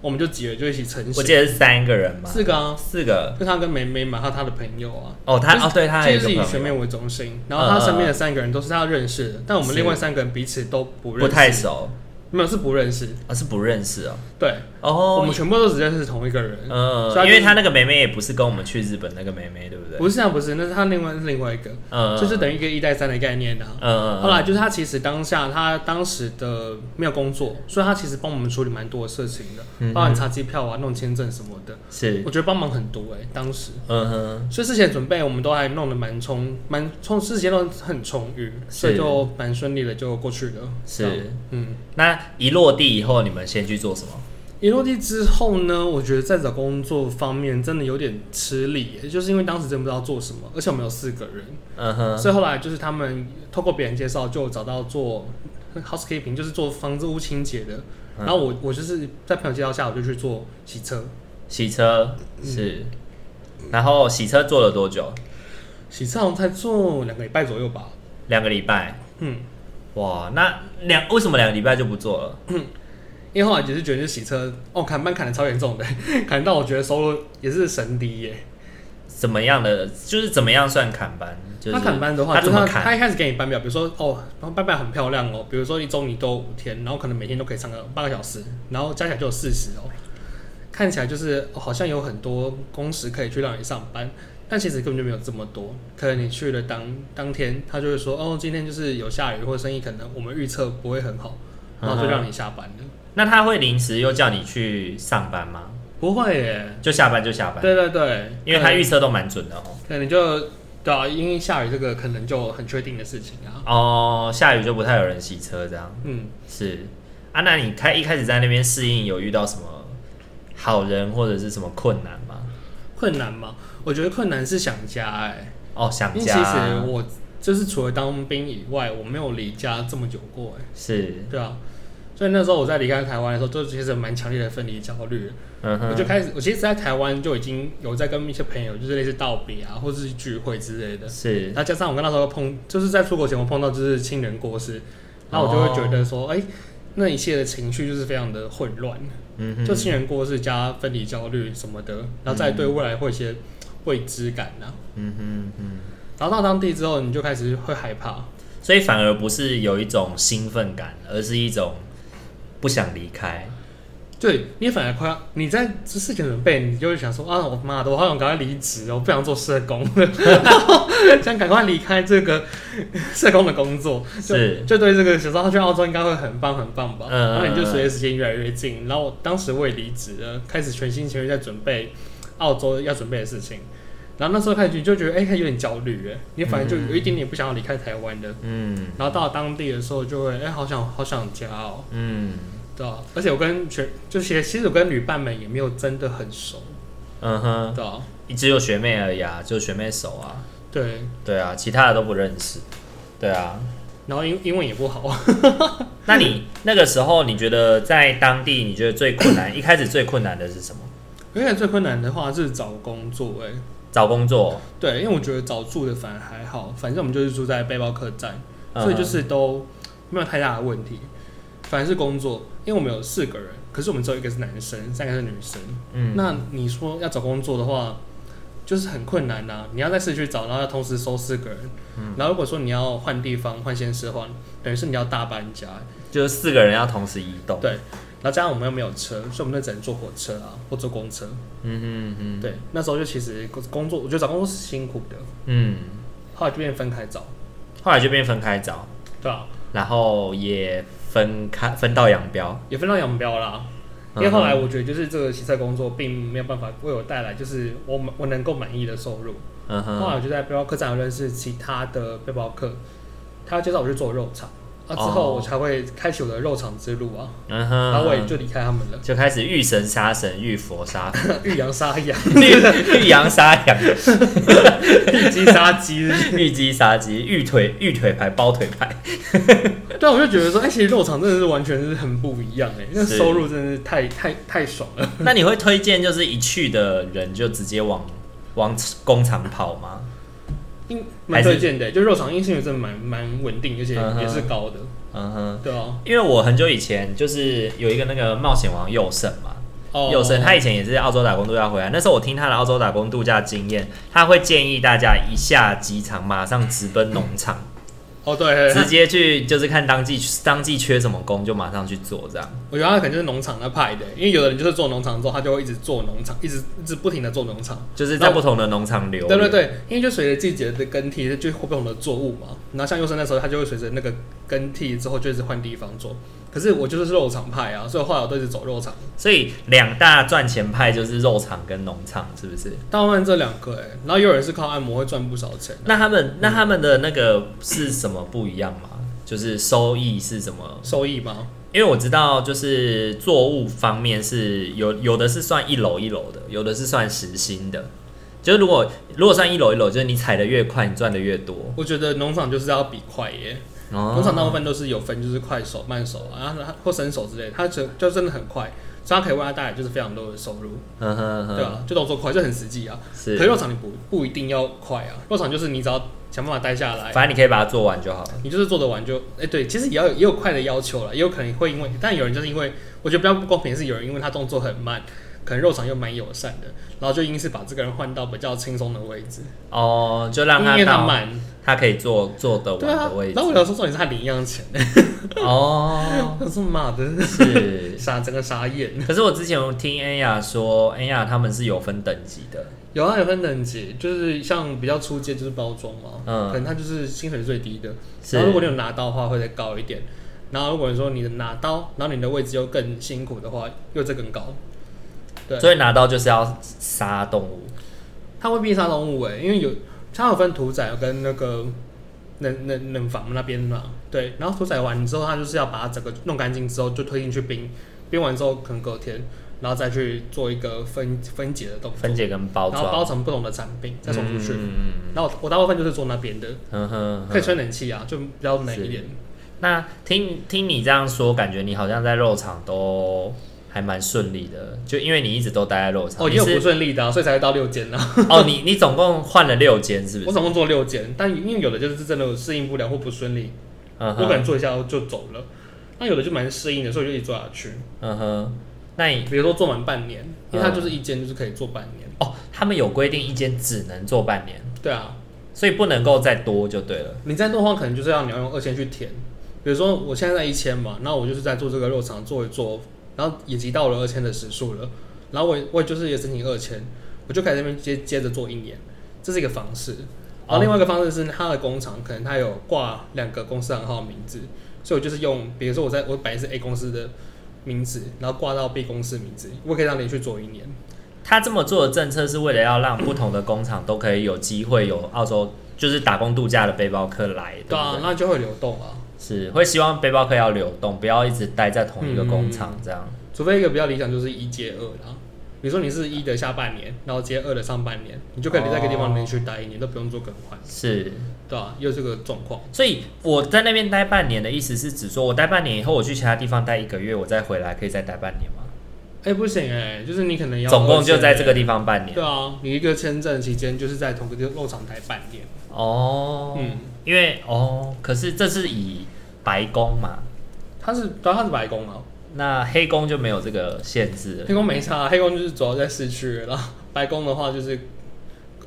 Speaker 2: 我们就几个就一起成
Speaker 1: 我记
Speaker 2: 型，
Speaker 1: 得是三个人嘛，
Speaker 2: 四个啊，
Speaker 1: 四个。
Speaker 2: 就他跟梅梅嘛，还有他的朋友啊。
Speaker 1: 哦，他哦，对他还有
Speaker 2: 就
Speaker 1: 一
Speaker 2: 是以
Speaker 1: 个
Speaker 2: 学
Speaker 1: 朋
Speaker 2: 妹
Speaker 1: 友，嗯
Speaker 2: 为中心，然后他身边的三个人都是他认识的，但我们
Speaker 1: 是
Speaker 2: 另外三个人彼此都不认识，
Speaker 1: 不太，熟，
Speaker 2: 没有是不认识。
Speaker 1: 啊，是不认识哦。
Speaker 2: 对，
Speaker 1: 哦，
Speaker 2: 我们全部都只认识同一个人。
Speaker 1: 嗯，
Speaker 2: 所以他就
Speaker 1: 因
Speaker 2: 是
Speaker 1: 为他那个妹妹也不是跟我们去日本那个妹妹，对不对？
Speaker 2: 不是啊，不是，那是他另外是另外一个，
Speaker 1: 嗯，
Speaker 2: 就是等于一个一带三的概念啊。
Speaker 1: 嗯，嗯，
Speaker 2: 后来就是他其实当下他当时的没有工作，所以他其实帮我们处理蛮多的事情
Speaker 1: 嗯
Speaker 2: 的，包含查机票啊、弄签证什么的。
Speaker 1: 是，
Speaker 2: 我觉得帮忙很多哎、当时。
Speaker 1: 嗯哼，
Speaker 2: 所以事前准备我们都还弄得蛮充蛮充，事前都很充裕，
Speaker 1: 是
Speaker 2: 所以就蛮顺利的就过去了。这样
Speaker 1: 是。
Speaker 2: 嗯，
Speaker 1: 那一落地以后，你们先去做什么？
Speaker 2: 一落地之后呢，我觉得在找工作方面真的有点吃力耶、就是因为当时真不知道做什么，而且我们有四个人，
Speaker 1: 嗯哼，
Speaker 2: 所以后来就是他们透过别人介绍就找到做 housekeeping，就是做房子屋清洁的。
Speaker 1: 嗯
Speaker 2: 然后我我就是在朋友介绍下，我就去做洗车。
Speaker 1: 洗车
Speaker 2: 嗯
Speaker 1: 是，然后洗车做了多久？
Speaker 2: 洗车好像才做两个礼拜左右吧。
Speaker 1: 两个礼拜。
Speaker 2: 嗯，
Speaker 1: 哇，那两为什么两个礼拜就不做了？
Speaker 2: 因为后来只是觉得洗车哦砍班砍的超严重的， <laughs> 砍到我觉得收入也是神低耶、
Speaker 1: 怎么样的？就是怎么样算砍班？就是
Speaker 2: 他砍班的话，
Speaker 1: 他
Speaker 2: 就
Speaker 1: 怎
Speaker 2: 是他
Speaker 1: 么砍？
Speaker 2: 他一开始给你班表，比如说哦，然后班表很漂亮哦，比如说一周你都五天，然后可能每天都可以上个八个小时，然后加起来就有四十哦，看起来就是、哦好像有很多工时可以去让你上班，但其实根本就没有这么多。可能你去了当当天，他就会说哦，今天就是有下雨或者生意可能我们预测不会很好，然后就让你下班了。
Speaker 1: 那他会临时又叫你去上班吗？
Speaker 2: 不会耶，
Speaker 1: 就下班就下班，
Speaker 2: 对对对，
Speaker 1: 因为
Speaker 2: 可
Speaker 1: 他
Speaker 2: 能
Speaker 1: 预测都蛮准的哦。
Speaker 2: 可能就对啊，因为下雨这个可能就很确定的事情啊。
Speaker 1: 哦，下雨就不太有人洗车这样。
Speaker 2: 嗯，
Speaker 1: 是啊，那你开一开始在那边适应，有遇到什么好人或者是什么困难吗？
Speaker 2: 困难嘛，我觉得困难是想家哎、
Speaker 1: 哦，想
Speaker 2: 因为其
Speaker 1: 家
Speaker 2: 实我就是除了当兵以外，我没有离家这么久过哎、
Speaker 1: 是，
Speaker 2: 对啊。所以那时候我在离开台湾的时候，就其实蛮强烈的分离焦虑。
Speaker 1: 嗯
Speaker 2: 我就
Speaker 1: 哼，
Speaker 2: 开始，我其实，在台湾就已经有在跟一些朋友，就是类似道别啊，或是聚会之类的。
Speaker 1: 是
Speaker 2: 然后加上我跟那时候碰，就是在出国前我碰到就是亲人过世，然后我就会觉得
Speaker 1: 哦
Speaker 2: 说，哎、那一切的情绪就是非常的混乱。
Speaker 1: 嗯哼，
Speaker 2: 就亲人过世加分离焦虑什么的，然后再对未来会有一些未知感呐、
Speaker 1: 嗯哼嗯
Speaker 2: 然后到当地之后，你就开始会害怕，
Speaker 1: 哼，所以反而不是有一种兴奋感，而是一种不想离开。
Speaker 2: 对你反而快要你在这事情准备，你就会想说啊，我妈的，我好想赶快离职哦，我不想做社工 <laughs> 了，想赶快离开这个 <laughs> 社工的工作。就是就对这个想说他去澳洲应该会很棒很棒吧。
Speaker 1: 嗯
Speaker 2: 然后你就随着时间越来越近，然后我当时我也离职了，开始全心全意在准备澳洲要准备的事情。然后那时候开始就觉得，哎、有点焦虑，哎，你反正就有一点点不想要离开台湾的。
Speaker 1: 嗯
Speaker 2: 然后到了当地的时候，就会，哎、好想好想家哦，
Speaker 1: 嗯
Speaker 2: 对啊？而且我跟全，就其实其实我跟旅伴们也没有真的很熟，
Speaker 1: 嗯哼，
Speaker 2: 对啊？
Speaker 1: 只有学妹而已啊，就学妹熟啊，
Speaker 2: 对，
Speaker 1: 对啊，其他的都不认识，对啊。
Speaker 2: 然后英英文也不好， <laughs>
Speaker 1: 那你那个时候，你觉得在当地，你觉得最困
Speaker 2: <coughs>
Speaker 1: 难，一开始最困难的是什么？
Speaker 2: 而且最困难的话是找工作、哎，
Speaker 1: 找工作，
Speaker 2: 对，因为我觉得找住的反而还好，反正我们就是住在背包客栈，
Speaker 1: 嗯哼
Speaker 2: 所以就是都没有太大的问题。反正是工作，因为我们有四个人，可是我们只有一个是男生，三个是女生。
Speaker 1: 嗯，
Speaker 2: 那你说要找工作的话，就是很困难呐、你要在市区找，然后要同时收四个人。
Speaker 1: 嗯
Speaker 2: 然后如果说你要换地方、换县市的话，等于是你要大搬家。
Speaker 1: 就是四个人要同时移动。
Speaker 2: 对，然后加上我们又没有车，所以我们就只能坐火车啊，或坐公车。
Speaker 1: 嗯哼嗯哼，
Speaker 2: 对，那时候就其实工作，我觉得找工作是辛苦的，
Speaker 1: 嗯，
Speaker 2: 后来就变分开找，
Speaker 1: 后来就变分开找，
Speaker 2: 对啊。
Speaker 1: 然后也分开分道扬镳。
Speaker 2: 也分道扬镳啦。
Speaker 1: 嗯
Speaker 2: 因为后来我觉得，就是这个洗菜工作并没有办法为我带来就是我满我能够满意的收入。
Speaker 1: 嗯
Speaker 2: 后来
Speaker 1: 哼，
Speaker 2: 我就在背包客栈有认识其他的背包客，他介绍我去做肉场，啊，之后我才会开启我的肉场之路啊，
Speaker 1: 哦嗯
Speaker 2: 然后我也
Speaker 1: 哼，
Speaker 2: 就离开他们了， <laughs>
Speaker 1: 就开始遇神杀神，遇佛杀佛，
Speaker 2: 遇羊
Speaker 1: <laughs>
Speaker 2: 杀羊，
Speaker 1: 遇遇羊杀羊，
Speaker 2: 遇鸡杀鸡。
Speaker 1: <laughs> 遇鸡杀鸡，遇腿遇腿牌包腿牌，
Speaker 2: 对啊，我就觉得说，哎、其实肉场真的是完全是很不一样哎、那
Speaker 1: 是
Speaker 2: 收入真的是太太太爽了。
Speaker 1: 那你会推荐就是一去的人就直接往往工厂跑吗？
Speaker 2: 因
Speaker 1: 还
Speaker 2: 蛮
Speaker 1: 是
Speaker 2: 推荐的、就肉场因薪水真的蛮蛮稳定，而且
Speaker 1: 嗯哼
Speaker 2: 也是高的。
Speaker 1: 嗯哼，
Speaker 2: 对啊，
Speaker 1: 因为我很久以前就是有一个那个冒险王佑胜嘛，
Speaker 2: 哦，
Speaker 1: 佑胜他以前也是澳洲打工度假回来，那时候我听他的澳洲打工度假经验，他会建议大家一下机场马上直奔农场，
Speaker 2: 哦对 <laughs> 对
Speaker 1: 直
Speaker 2: 对，
Speaker 1: 接去就是看当季当季缺什么工就马上去做这样。
Speaker 2: 我觉得他可能就是农场那派的、因为有的人就是做农场之后，他就会一直做农场，一直一直不停的做农场。
Speaker 1: 就是在不同的农场流。
Speaker 2: 对对，对，因为就随着季节的更替，就会不同的作物嘛。然后像幼生那时候，他就会随着那个更替之后，就一直换地方做。可是我就是肉场派啊，所以后来我都一直走肉场。
Speaker 1: 所以两大赚钱派就是肉场跟农场，是不是？
Speaker 2: 大部分这两个哎、然后有人是靠按摩会赚不少钱。
Speaker 1: 那他
Speaker 2: 嗯
Speaker 1: 们那他们的那个是什么不一样吗？就是收益是什么？
Speaker 2: 收益吗？
Speaker 1: 因为我知道，就是作物方面是有有的是算一楼一楼的，有的是算实心的。就是如果如果算一楼一楼，就是你踩的越快，你赚的越多。哦
Speaker 2: 我觉得农场就是要比快耶、农
Speaker 1: 农
Speaker 2: 场大部分都是有分，就是快手、慢手啊，然后它或伸手之类的，它就就真的很快，所以它可以为它带来就是非常多的收入，
Speaker 1: 嗯哼
Speaker 2: 对
Speaker 1: 哼，
Speaker 2: 啊，就动作快，这很实际啊。可是
Speaker 1: 是，
Speaker 2: 肉场你不不一定要快啊，肉场就是你只要想办法待下来，
Speaker 1: 反正你可以把它做完就好了。
Speaker 2: 你就是做得完就，哎、对，其实也要有也有快的要求了，也有可能会因为，但有人就是因为，我觉得比较不公平的是有人因为他动作很慢，可能肉场又蛮友善的，然后就因此把这个人换到比较轻松的位置，
Speaker 1: 哦，就让
Speaker 2: 因
Speaker 1: 他
Speaker 2: 为他
Speaker 1: 到
Speaker 2: 慢，
Speaker 1: 他可以做做得完
Speaker 2: 对啊
Speaker 1: 的位，置
Speaker 2: 然。后我有时候重点是他领一
Speaker 1: <laughs>
Speaker 2: 样钱，
Speaker 1: 哦，
Speaker 2: 他说妈的，
Speaker 1: 是， <laughs>
Speaker 2: 傻整个傻眼，
Speaker 1: 可是我之前有听恩雅说，恩雅他们是有分等级的，
Speaker 2: 有啊有分等级，就是像比较初阶就是包装嘛，
Speaker 1: 嗯
Speaker 2: 可能他就是薪水最低的，
Speaker 1: 是
Speaker 2: 然后如果你有拿刀的话会再高一点，然后如果你说你的拿刀，然后你的位置又更辛苦的话，又再更高，对。
Speaker 1: 所以拿到就是要杀动物。
Speaker 2: 它会必杀动物诶、欸因为有它有分屠宰跟那个冷冷冷房那边嘛，对，然后屠宰完之后，它就是要把它整个弄干净之后，就推进去冰，冰完之后可能隔天，然后再去做一个分分解的动作，
Speaker 1: 分解跟包
Speaker 2: 然后包
Speaker 1: 装，
Speaker 2: 成不同的产品再送出去。
Speaker 1: 嗯
Speaker 2: 然后我我大部分就是做那边的，
Speaker 1: 嗯哼
Speaker 2: 可以
Speaker 1: 哼。
Speaker 2: 吹冷气啊，就比较冷一点。
Speaker 1: 那听听你这样说，感觉你好像在肉场都还蛮顺利的，就因为你一直都待在肉场。
Speaker 2: 哦，
Speaker 1: 你
Speaker 2: 也有不
Speaker 1: 是
Speaker 2: 顺利的、啊，所以才会到六间啊。
Speaker 1: 哦，你你总共换了六间是不
Speaker 2: 我
Speaker 1: 是？
Speaker 2: 总共做六间，但因为有的就是真的适应不了或不顺利，
Speaker 1: 嗯
Speaker 2: 我可能
Speaker 1: 哼，
Speaker 2: 做一下就走了。那有的就蛮适应的，所以我就一直做下去。
Speaker 1: 嗯哼。那你
Speaker 2: 比如说做满半年，因为它就是一间就是可以做半年。
Speaker 1: 哦，他们有规定一间只能做半年，
Speaker 2: 对啊，
Speaker 1: 所以不能够再多就对了。
Speaker 2: 你再多的话，可能就是要你要用二千去填。比如说我现在在一千嘛，那我就是在做这个肉场做一做，然后也集到了二千的时数了，然后我也我也就是也申请二千，我就开始那边接接着做一年，这是一个方式。然后另外一个方式是他的工厂可能他有挂两个公司行号名字，所以我就是用，比如说我在我本来是 A 公司的名字，然后挂到 B 公司名字，我可以让你去做一年。
Speaker 1: 他这么做的政策是为了要让不同的工厂都可以有机会有澳洲就是打工度假的背包客来，对
Speaker 2: 对啊
Speaker 1: 不，对？
Speaker 2: 那就会流动啊。
Speaker 1: 是会希望背包客要流动，不要一直待在同一个工
Speaker 2: 嗯
Speaker 1: 厂这样。
Speaker 2: 除非一个比较理想就是一接二啦。比如说你是一的下半年，然后接二的上半年，你就可以在一个地方连续待一年，都不用做更换，
Speaker 1: 是，
Speaker 2: 对吧、又这个状况，
Speaker 1: 所以我在那边待半年的意思是指说，我待半年以后，我去其他地方待一个月，我再回来可以再待半年吗？
Speaker 2: 哎、不行哎、就是你可能要
Speaker 1: 总共就在这个
Speaker 2: 地
Speaker 1: 地方半年。
Speaker 2: 对啊，你一个签证期间就是在同个地肉场待半年，
Speaker 1: 哦，
Speaker 2: 嗯，
Speaker 1: 因为哦，可是这是以白宫嘛，
Speaker 2: 他是对啊，他是白宫啊，
Speaker 1: 那黑宫就没有这个限制了。
Speaker 2: 黑宫没差啊，黑宫就是主要在市区，然后白宫的话就是，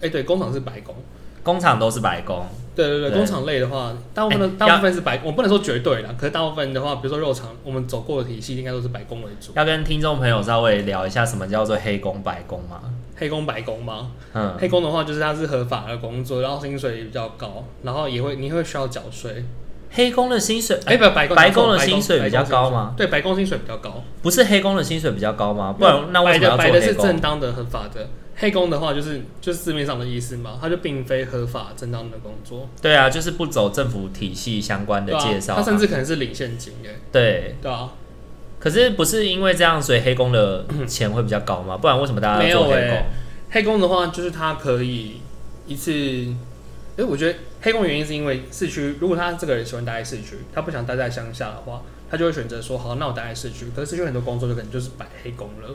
Speaker 2: 哎、对，工厂是白宫，
Speaker 1: 工厂都是白宫，
Speaker 2: 对对对，
Speaker 1: 对
Speaker 2: 工厂类的话，大部分的、
Speaker 1: 哎
Speaker 2: 大部分是白，我不能说绝对啦，可是大部分的话，比如说肉场，我们走过的体系应该都是白宫为主，
Speaker 1: 要跟听众朋友稍微聊一下什么叫做黑工白工嘛。
Speaker 2: 黑工白工吗？
Speaker 1: 嗯，
Speaker 2: 黑工的话，就是它是合法的工作，然后薪水也比较高，然后也会你会需要缴税。
Speaker 1: 黑工的薪水，
Speaker 2: 哎、不，白工
Speaker 1: 白工的薪水比较高？
Speaker 2: 白
Speaker 1: 吗？
Speaker 2: 工对，白工薪水比较高，
Speaker 1: 不是黑工的薪水比较高吗？不然那为什么要
Speaker 2: 白
Speaker 1: 做
Speaker 2: 的白的
Speaker 1: 黑
Speaker 2: 是正
Speaker 1: 工？
Speaker 2: 当的合法的，黑工的话，就是就是字面上的意思嘛，它就并非合法正当的工作，
Speaker 1: 对啊，就是不走政府体系相关
Speaker 2: 对
Speaker 1: 的
Speaker 2: 吧、
Speaker 1: 介绍啊、
Speaker 2: 它甚至可能是领现金耶，
Speaker 1: 对，
Speaker 2: 对啊，
Speaker 1: 可是不是因为这样，所以黑工的钱会比较高吗？不然为什么大家
Speaker 2: 没
Speaker 1: 要
Speaker 2: 有
Speaker 1: 做黑
Speaker 2: 欸
Speaker 1: 工？
Speaker 2: 黑工的话，就是它可以一次，哎、我觉得黑工的原因是因为市区，如果他这个人喜欢待在市区，他不想待在乡下的话，他就会选择说，好，那我待在市区。可是市区很多工作就可能就是摆黑工了，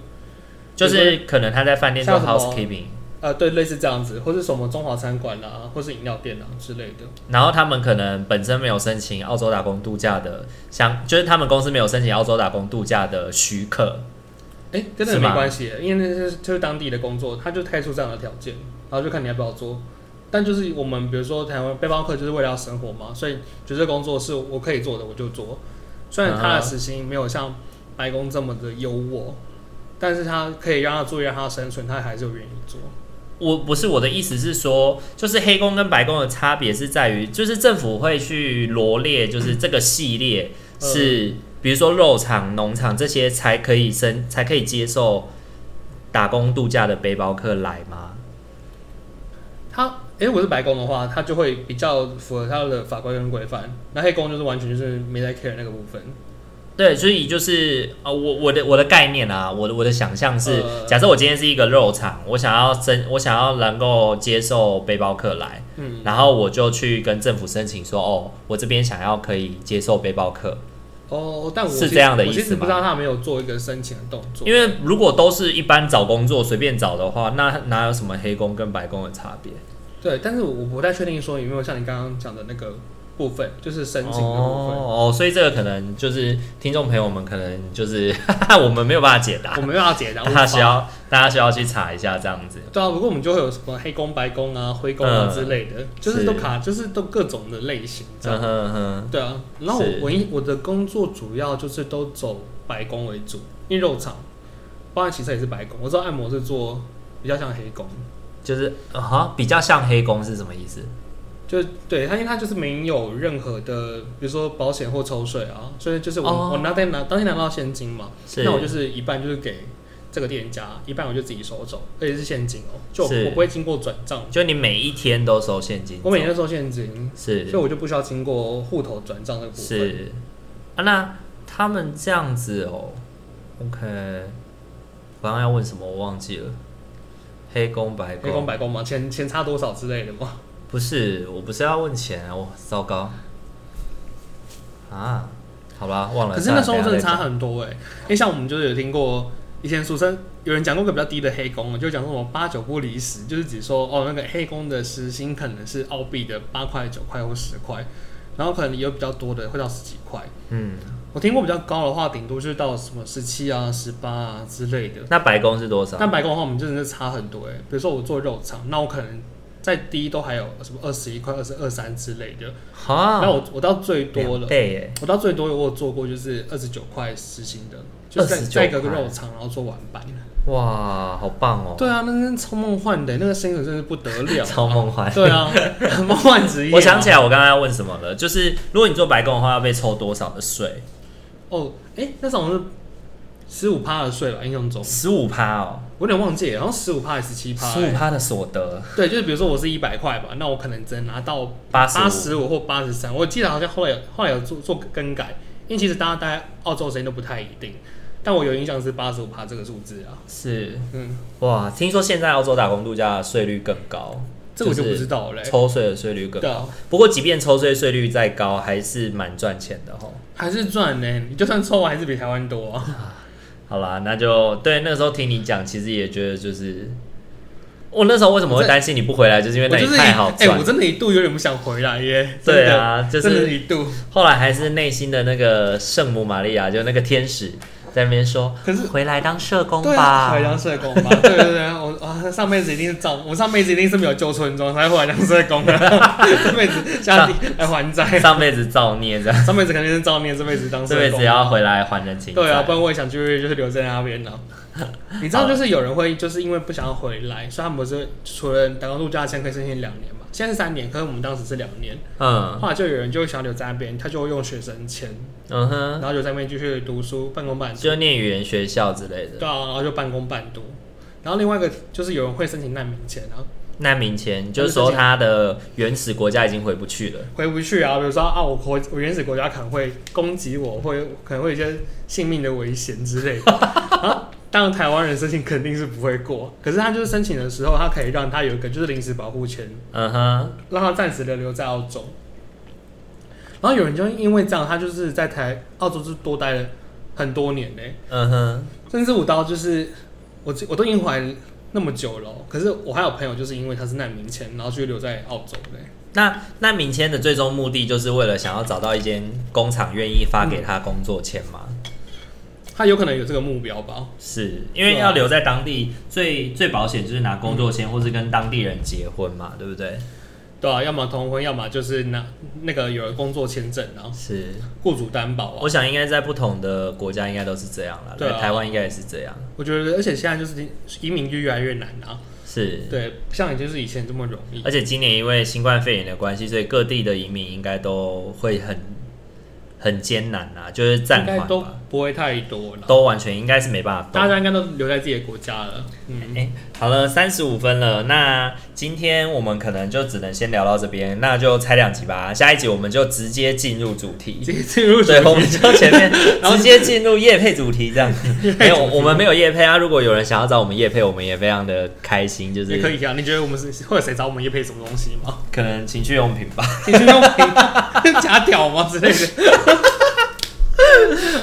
Speaker 1: 就是可能他在饭店做
Speaker 2: 像什么
Speaker 1: housekeeping，
Speaker 2: 呃，对，类似这样子，或是什么中华餐馆啊，或是饮料店啊之类的。
Speaker 1: 然后他们可能本身没有申请澳洲打工度假的，像就是他们公司没有申请澳洲打工度假的许可，
Speaker 2: 哎、跟
Speaker 1: 是
Speaker 2: 那个
Speaker 1: 吗
Speaker 2: 没关系，因为那是就是当地的工作，他就开出这样的条件，然后就看你要不要做。但就是我们比如说台湾背包客就是为了要生活嘛，所以觉得工作是我可以做的我就做。虽然他
Speaker 1: 啊
Speaker 2: 的时薪没有像白宫这么的优渥，但是他可以让他注意让他生存，他还是有愿意做。
Speaker 1: 我不是我的意思是说，就是黑工跟白工的差别是在于，就是政府会去罗列，就是这个系列
Speaker 2: 嗯
Speaker 1: 是，比如说肉场、农场这些才可以申，才可以接受打工度假的背包客来吗？
Speaker 2: 他哎、我是白宫的话，他就会比较符合他的法规跟规范。那黑工就是完全就是没在 care 那个部分。
Speaker 1: 对，所以就是啊、呃我我的我的概念啊，我的我的想象是，
Speaker 2: 呃
Speaker 1: 假设我今天是一个肉场，我想要申，我想要能够接受背包客来，
Speaker 2: 嗯，
Speaker 1: 然后我就去跟政府申请说，哦，我这边想要可以接受背包客，
Speaker 2: 哦，但我
Speaker 1: 是
Speaker 2: 其实
Speaker 1: 这样的意
Speaker 2: 我其
Speaker 1: 思
Speaker 2: 实不
Speaker 1: 吗
Speaker 2: 知道他有没有做一个申请的动作。
Speaker 1: 因为如果都是一般找工作随便找的话，那哪有什么黑工跟白工的差别？
Speaker 2: 对，但是我不太确定说有没有像你刚刚讲的那个部分，就是申请的部分，
Speaker 1: 哦哦，所以这个可能就是听众朋友们可能就是 <laughs> 我们没有办法解答
Speaker 2: 我，没办法解答。
Speaker 1: 大家需
Speaker 2: 无法
Speaker 1: 要大家需要去查一下这样子。
Speaker 2: 对啊，不过我们就会有什么黑工、白工啊、灰工啊
Speaker 1: 嗯
Speaker 2: 之类的，就是
Speaker 1: 是
Speaker 2: 都卡，就是都各种的类型
Speaker 1: 嗯
Speaker 2: 这样。
Speaker 1: 哼哼，
Speaker 2: 对啊，然后我
Speaker 1: 是
Speaker 2: 我一我的工作主要就是都走白工为主，因为肉场，包含骑车也是白工。我知道按摩是做比较像黑工，
Speaker 1: 就是啊哈，比较像黑工是什么意思？
Speaker 2: 就是对他，因为他就是没有任何的，比如说保险或抽水啊，所以就是我、
Speaker 1: 哦
Speaker 2: 我拿天拿当天拿到现金嘛，
Speaker 1: 是
Speaker 2: 那我就是一半就是给这个店家，一半我就自己收走，而且是现金哦，就是我不会经过转账，
Speaker 1: 就你每一天都收现金走，
Speaker 2: 我每天都收现金，
Speaker 1: 是
Speaker 2: 所以我就不需要经过户头转账这个部分。
Speaker 1: 是啊，那他们这样子哦，OK，我刚刚要问什么我忘记了，黑工白工
Speaker 2: 黑工白工嘛，钱钱差多少之类的嘛，
Speaker 1: 不是，我不是要问钱啊！我糟糕啊！好吧，忘了。
Speaker 2: 可是那时
Speaker 1: 算
Speaker 2: 候
Speaker 1: 了
Speaker 2: 真的差。
Speaker 1: 等一下再讲
Speaker 2: 很多哎、因为像我们就是有听过。以前俗称有人讲过个比较低的黑工，就讲说什么八九不离十，就是指说哦那个黑工的时薪可能是澳币的八块、九块或十块，然后可能有比较多的会到十几块。
Speaker 1: 嗯，
Speaker 2: 我听过比较高的话，顶多就是到什么十七啊、十八啊之类的。
Speaker 1: 那白宫是多少？
Speaker 2: 但白宫的话，我们真的是差很多哎、比如说我做肉场，那我可能再低都还有什么二十一块、二十二三之类的。
Speaker 1: 哈，
Speaker 2: 那我我到最多
Speaker 1: 两
Speaker 2: 了，
Speaker 1: 倍耶，
Speaker 2: 我到最多我有做过就是二十九块实薪的，就是在
Speaker 1: 29
Speaker 2: 在一个
Speaker 1: 块
Speaker 2: 肉场然后做晚班。
Speaker 1: 哇，好棒哦，
Speaker 2: 对啊，那真是超梦幻的、欸那个薪水真是不得了、
Speaker 1: 超梦幻。
Speaker 2: 对啊，很梦幻职
Speaker 1: <laughs>
Speaker 2: 业、啊
Speaker 1: 我想起
Speaker 2: 来，
Speaker 1: 来，我刚刚要问什么了，就是如果你做白宫的话，要被抽多少的税？
Speaker 2: 哦，哎、那时候好像是十五趴的税吧，印象中，
Speaker 1: 十五趴哦，
Speaker 2: 我有点忘记了，好像十五趴还是十七趴。欸
Speaker 1: 十五趴的所得，
Speaker 2: 对，就是比如说我是一百块吧，那我可能只能拿到
Speaker 1: 85
Speaker 2: 八十五或八十三。我记得好像后来有后来有做做更改，因为其实大家待澳洲时间都不太一定，但我有印象是八十五趴这个数字啊。
Speaker 1: 是
Speaker 2: 嗯，
Speaker 1: 哇。听说现在澳洲打工度假的税率更高，
Speaker 2: 这个我就不
Speaker 1: 是
Speaker 2: 知道了嘞、欸
Speaker 1: 抽税的税率更
Speaker 2: 对
Speaker 1: 高。
Speaker 2: 啊，
Speaker 1: 不过，即便抽税税率再高，还是蛮赚钱的吼。
Speaker 2: 还是赚呢、你就算抽完还是比台湾多啊。
Speaker 1: 好啦，那就对那时候听你讲，其实也觉得就是，我那时候为什么会担心你不回来，就是因为
Speaker 2: 我
Speaker 1: 那
Speaker 2: 就
Speaker 1: 里
Speaker 2: 是一
Speaker 1: 太好
Speaker 2: 哎、
Speaker 1: 赚。
Speaker 2: 我真的一度有点不想回来耶。真的
Speaker 1: 对，啊，就
Speaker 2: 真的
Speaker 1: 是
Speaker 2: 一度。
Speaker 1: 后来还是内心的那个圣母玛利亚，就那个天使在那边说，
Speaker 2: 可是
Speaker 1: 回来当社工
Speaker 2: 对
Speaker 1: 吧。
Speaker 2: 啊，回来当社工吧。 <laughs> 对对对，我啊，上辈子一定是照，我上辈子一定是没有救村庄，才回来当社
Speaker 1: <laughs>
Speaker 2: 工的。这辈子下地来还债，
Speaker 1: 上辈子造孽这样，
Speaker 2: 上辈子肯定是造孽，这辈子当社
Speaker 1: 这辈
Speaker 2: 工
Speaker 1: 子。要回来还人情债。
Speaker 2: 对啊，不然我也想继续就是留在那边呢、啊
Speaker 1: <laughs>
Speaker 2: 你知道，就是有人会就是因为不想要回来，所以他们不是除了打工度假签可以申请两年嘛，现在是三年，可是我们当时是两年。
Speaker 1: 嗯
Speaker 2: 后来就有人就会想留在那边，他就会用学生签，
Speaker 1: 嗯
Speaker 2: 然
Speaker 1: 哼，
Speaker 2: 后就在那边继续读书，半工半读。
Speaker 1: 就念语言学校之类的。
Speaker 2: 对啊，然后就半工半读。然后另外一个就是有人会申请难民签，然后
Speaker 1: 难民签，就是说他的原始国家已经回不去了。
Speaker 2: 回不去啊，比如说啊，我国我原始国家可能会攻击我，会可能会有一些性命的危险之类的。 <laughs> 啊，当然台湾人申请肯定是不会过，可是他就是申请的时候，他可以让他有一个就是临时保护权，
Speaker 1: 嗯哼，
Speaker 2: 让他暂时的留在澳洲。然后有人就因为这样，他就是在台澳洲就多待了很多年呢、
Speaker 1: 嗯哼，
Speaker 2: 甚至我到就是我自我都已经回来那么久了哦、可是我还有朋友就是因为他是难民签，然后就留在澳洲嘞、
Speaker 1: 那难民签的最终目的就是为了想要找到一间工厂愿意发
Speaker 2: 嗯
Speaker 1: 给他工作签吗？
Speaker 2: 他有可能有这个目标吧？
Speaker 1: 是因
Speaker 2: 啊
Speaker 1: 为要留在当地最最保险就是拿工作
Speaker 2: 嗯
Speaker 1: 签，或是跟当地人结婚嘛，对不对？
Speaker 2: 对啊，要么同婚，要么就是拿那个有了工作签证，然后
Speaker 1: 是，
Speaker 2: 雇主担保啊。
Speaker 1: 我想应该在不同的国家应该都是这样啦，
Speaker 2: 对啊
Speaker 1: 台湾应该也是这样，
Speaker 2: 我觉得，而且现在就是移民就越来越难啊，
Speaker 1: 是。
Speaker 2: 对，不像也就是以前这么容易
Speaker 1: 而。且今年因为新冠肺炎的关系，所以各地的移民应该都会很很艰难啊，就是暂
Speaker 2: 应该
Speaker 1: 缓
Speaker 2: 都
Speaker 1: 吧，
Speaker 2: 不会太多了，
Speaker 1: 都完全应该是没办法动
Speaker 2: 大。家应该都留在自己的国家了。嗯，
Speaker 1: 哎、好了，三十五分了，那今天我们可能就只能先聊到这边，那就拆两集吧。下一集我们就直接进入主题，
Speaker 2: 直接进入主
Speaker 1: 对，我们
Speaker 2: 题，
Speaker 1: 就前
Speaker 2: <laughs>
Speaker 1: 面
Speaker 2: 然后
Speaker 1: 直接进入夜配主题这样。没有，我们没有夜配啊。如果有人想要找我们夜配，我们也非常的开心，就
Speaker 2: 也可
Speaker 1: 是
Speaker 2: 以啊。你觉得我们是会有谁找我们叶配什么东西吗？
Speaker 1: 可能情趣用品
Speaker 2: <laughs>
Speaker 1: 吧。
Speaker 2: 你是用 <laughs> 平假屌吗之类的？
Speaker 1: <laughs>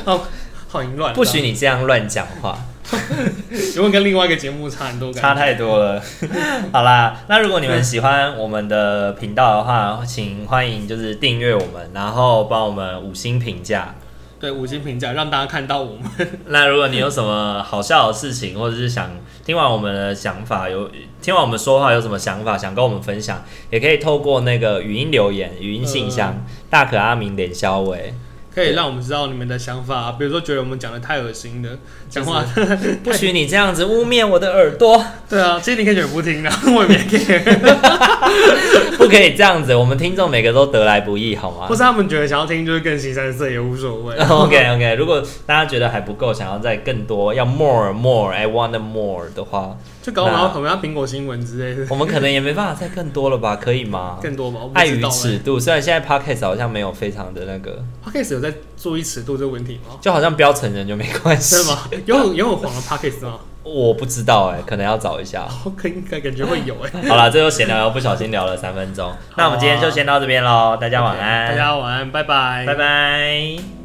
Speaker 2: 好好淫乱，啊
Speaker 1: 不许！你这样乱讲话。
Speaker 2: 如果跟另外一个节目差很多，
Speaker 1: 差太多了。 <laughs> 好啦，那如果你们喜欢我们的频道的话，请欢迎就是订阅我们，然后帮我们五星评价。
Speaker 2: 对五星评价，让大家看到
Speaker 1: <laughs>
Speaker 2: 我们。
Speaker 1: 那如果你有什么好笑的事情，或者是想听完我们的想法，有听完我们说话有什么想法，想跟我们分享，也可以透过那个语音留言、语音信箱，
Speaker 2: 嗯
Speaker 1: 大可阿明脸肖伟，
Speaker 2: 可以让我们知道你们的想法、啊比如说觉得我们讲的太恶心的讲话，
Speaker 1: 不许你这样子污蔑我的耳朵，
Speaker 2: <laughs> 对啊，其实你可以选不听的，我也没
Speaker 1: <laughs>
Speaker 2: care。
Speaker 1: 不可以这样子，我们听众每个都得来不易，好吗？ <laughs>
Speaker 2: 或是他们觉得想要听就是更新三色也无所谓。
Speaker 1: OK OK，如果大家觉得还不够，想要再更多，要 more more I want more 的话，
Speaker 2: 就搞我们
Speaker 1: 那
Speaker 2: 要可能要苹果新闻
Speaker 1: <laughs>
Speaker 2: 之类的
Speaker 1: 我们可能也没办法再更多了吧？可以吗？
Speaker 2: 更多吧，我不
Speaker 1: 碍
Speaker 2: 知
Speaker 1: 于
Speaker 2: 道、
Speaker 1: 尺
Speaker 2: 欸。
Speaker 1: 度，虽然现在 podcast 好像没有非常的那个，
Speaker 2: Podcast 有在注意尺度这个问题吗？
Speaker 1: 就好像标成人就没关系，
Speaker 2: 真的？吗？有很有很黄的 Podcast 吗？
Speaker 1: 我不知道哎、可能要找一下。
Speaker 2: 我可应该感觉会有哎、
Speaker 1: 好了，最后闲聊不小心聊了三分钟，那我们今天就先到这边喽，大家晚安，
Speaker 2: 大家晚安，拜拜，
Speaker 1: 拜拜。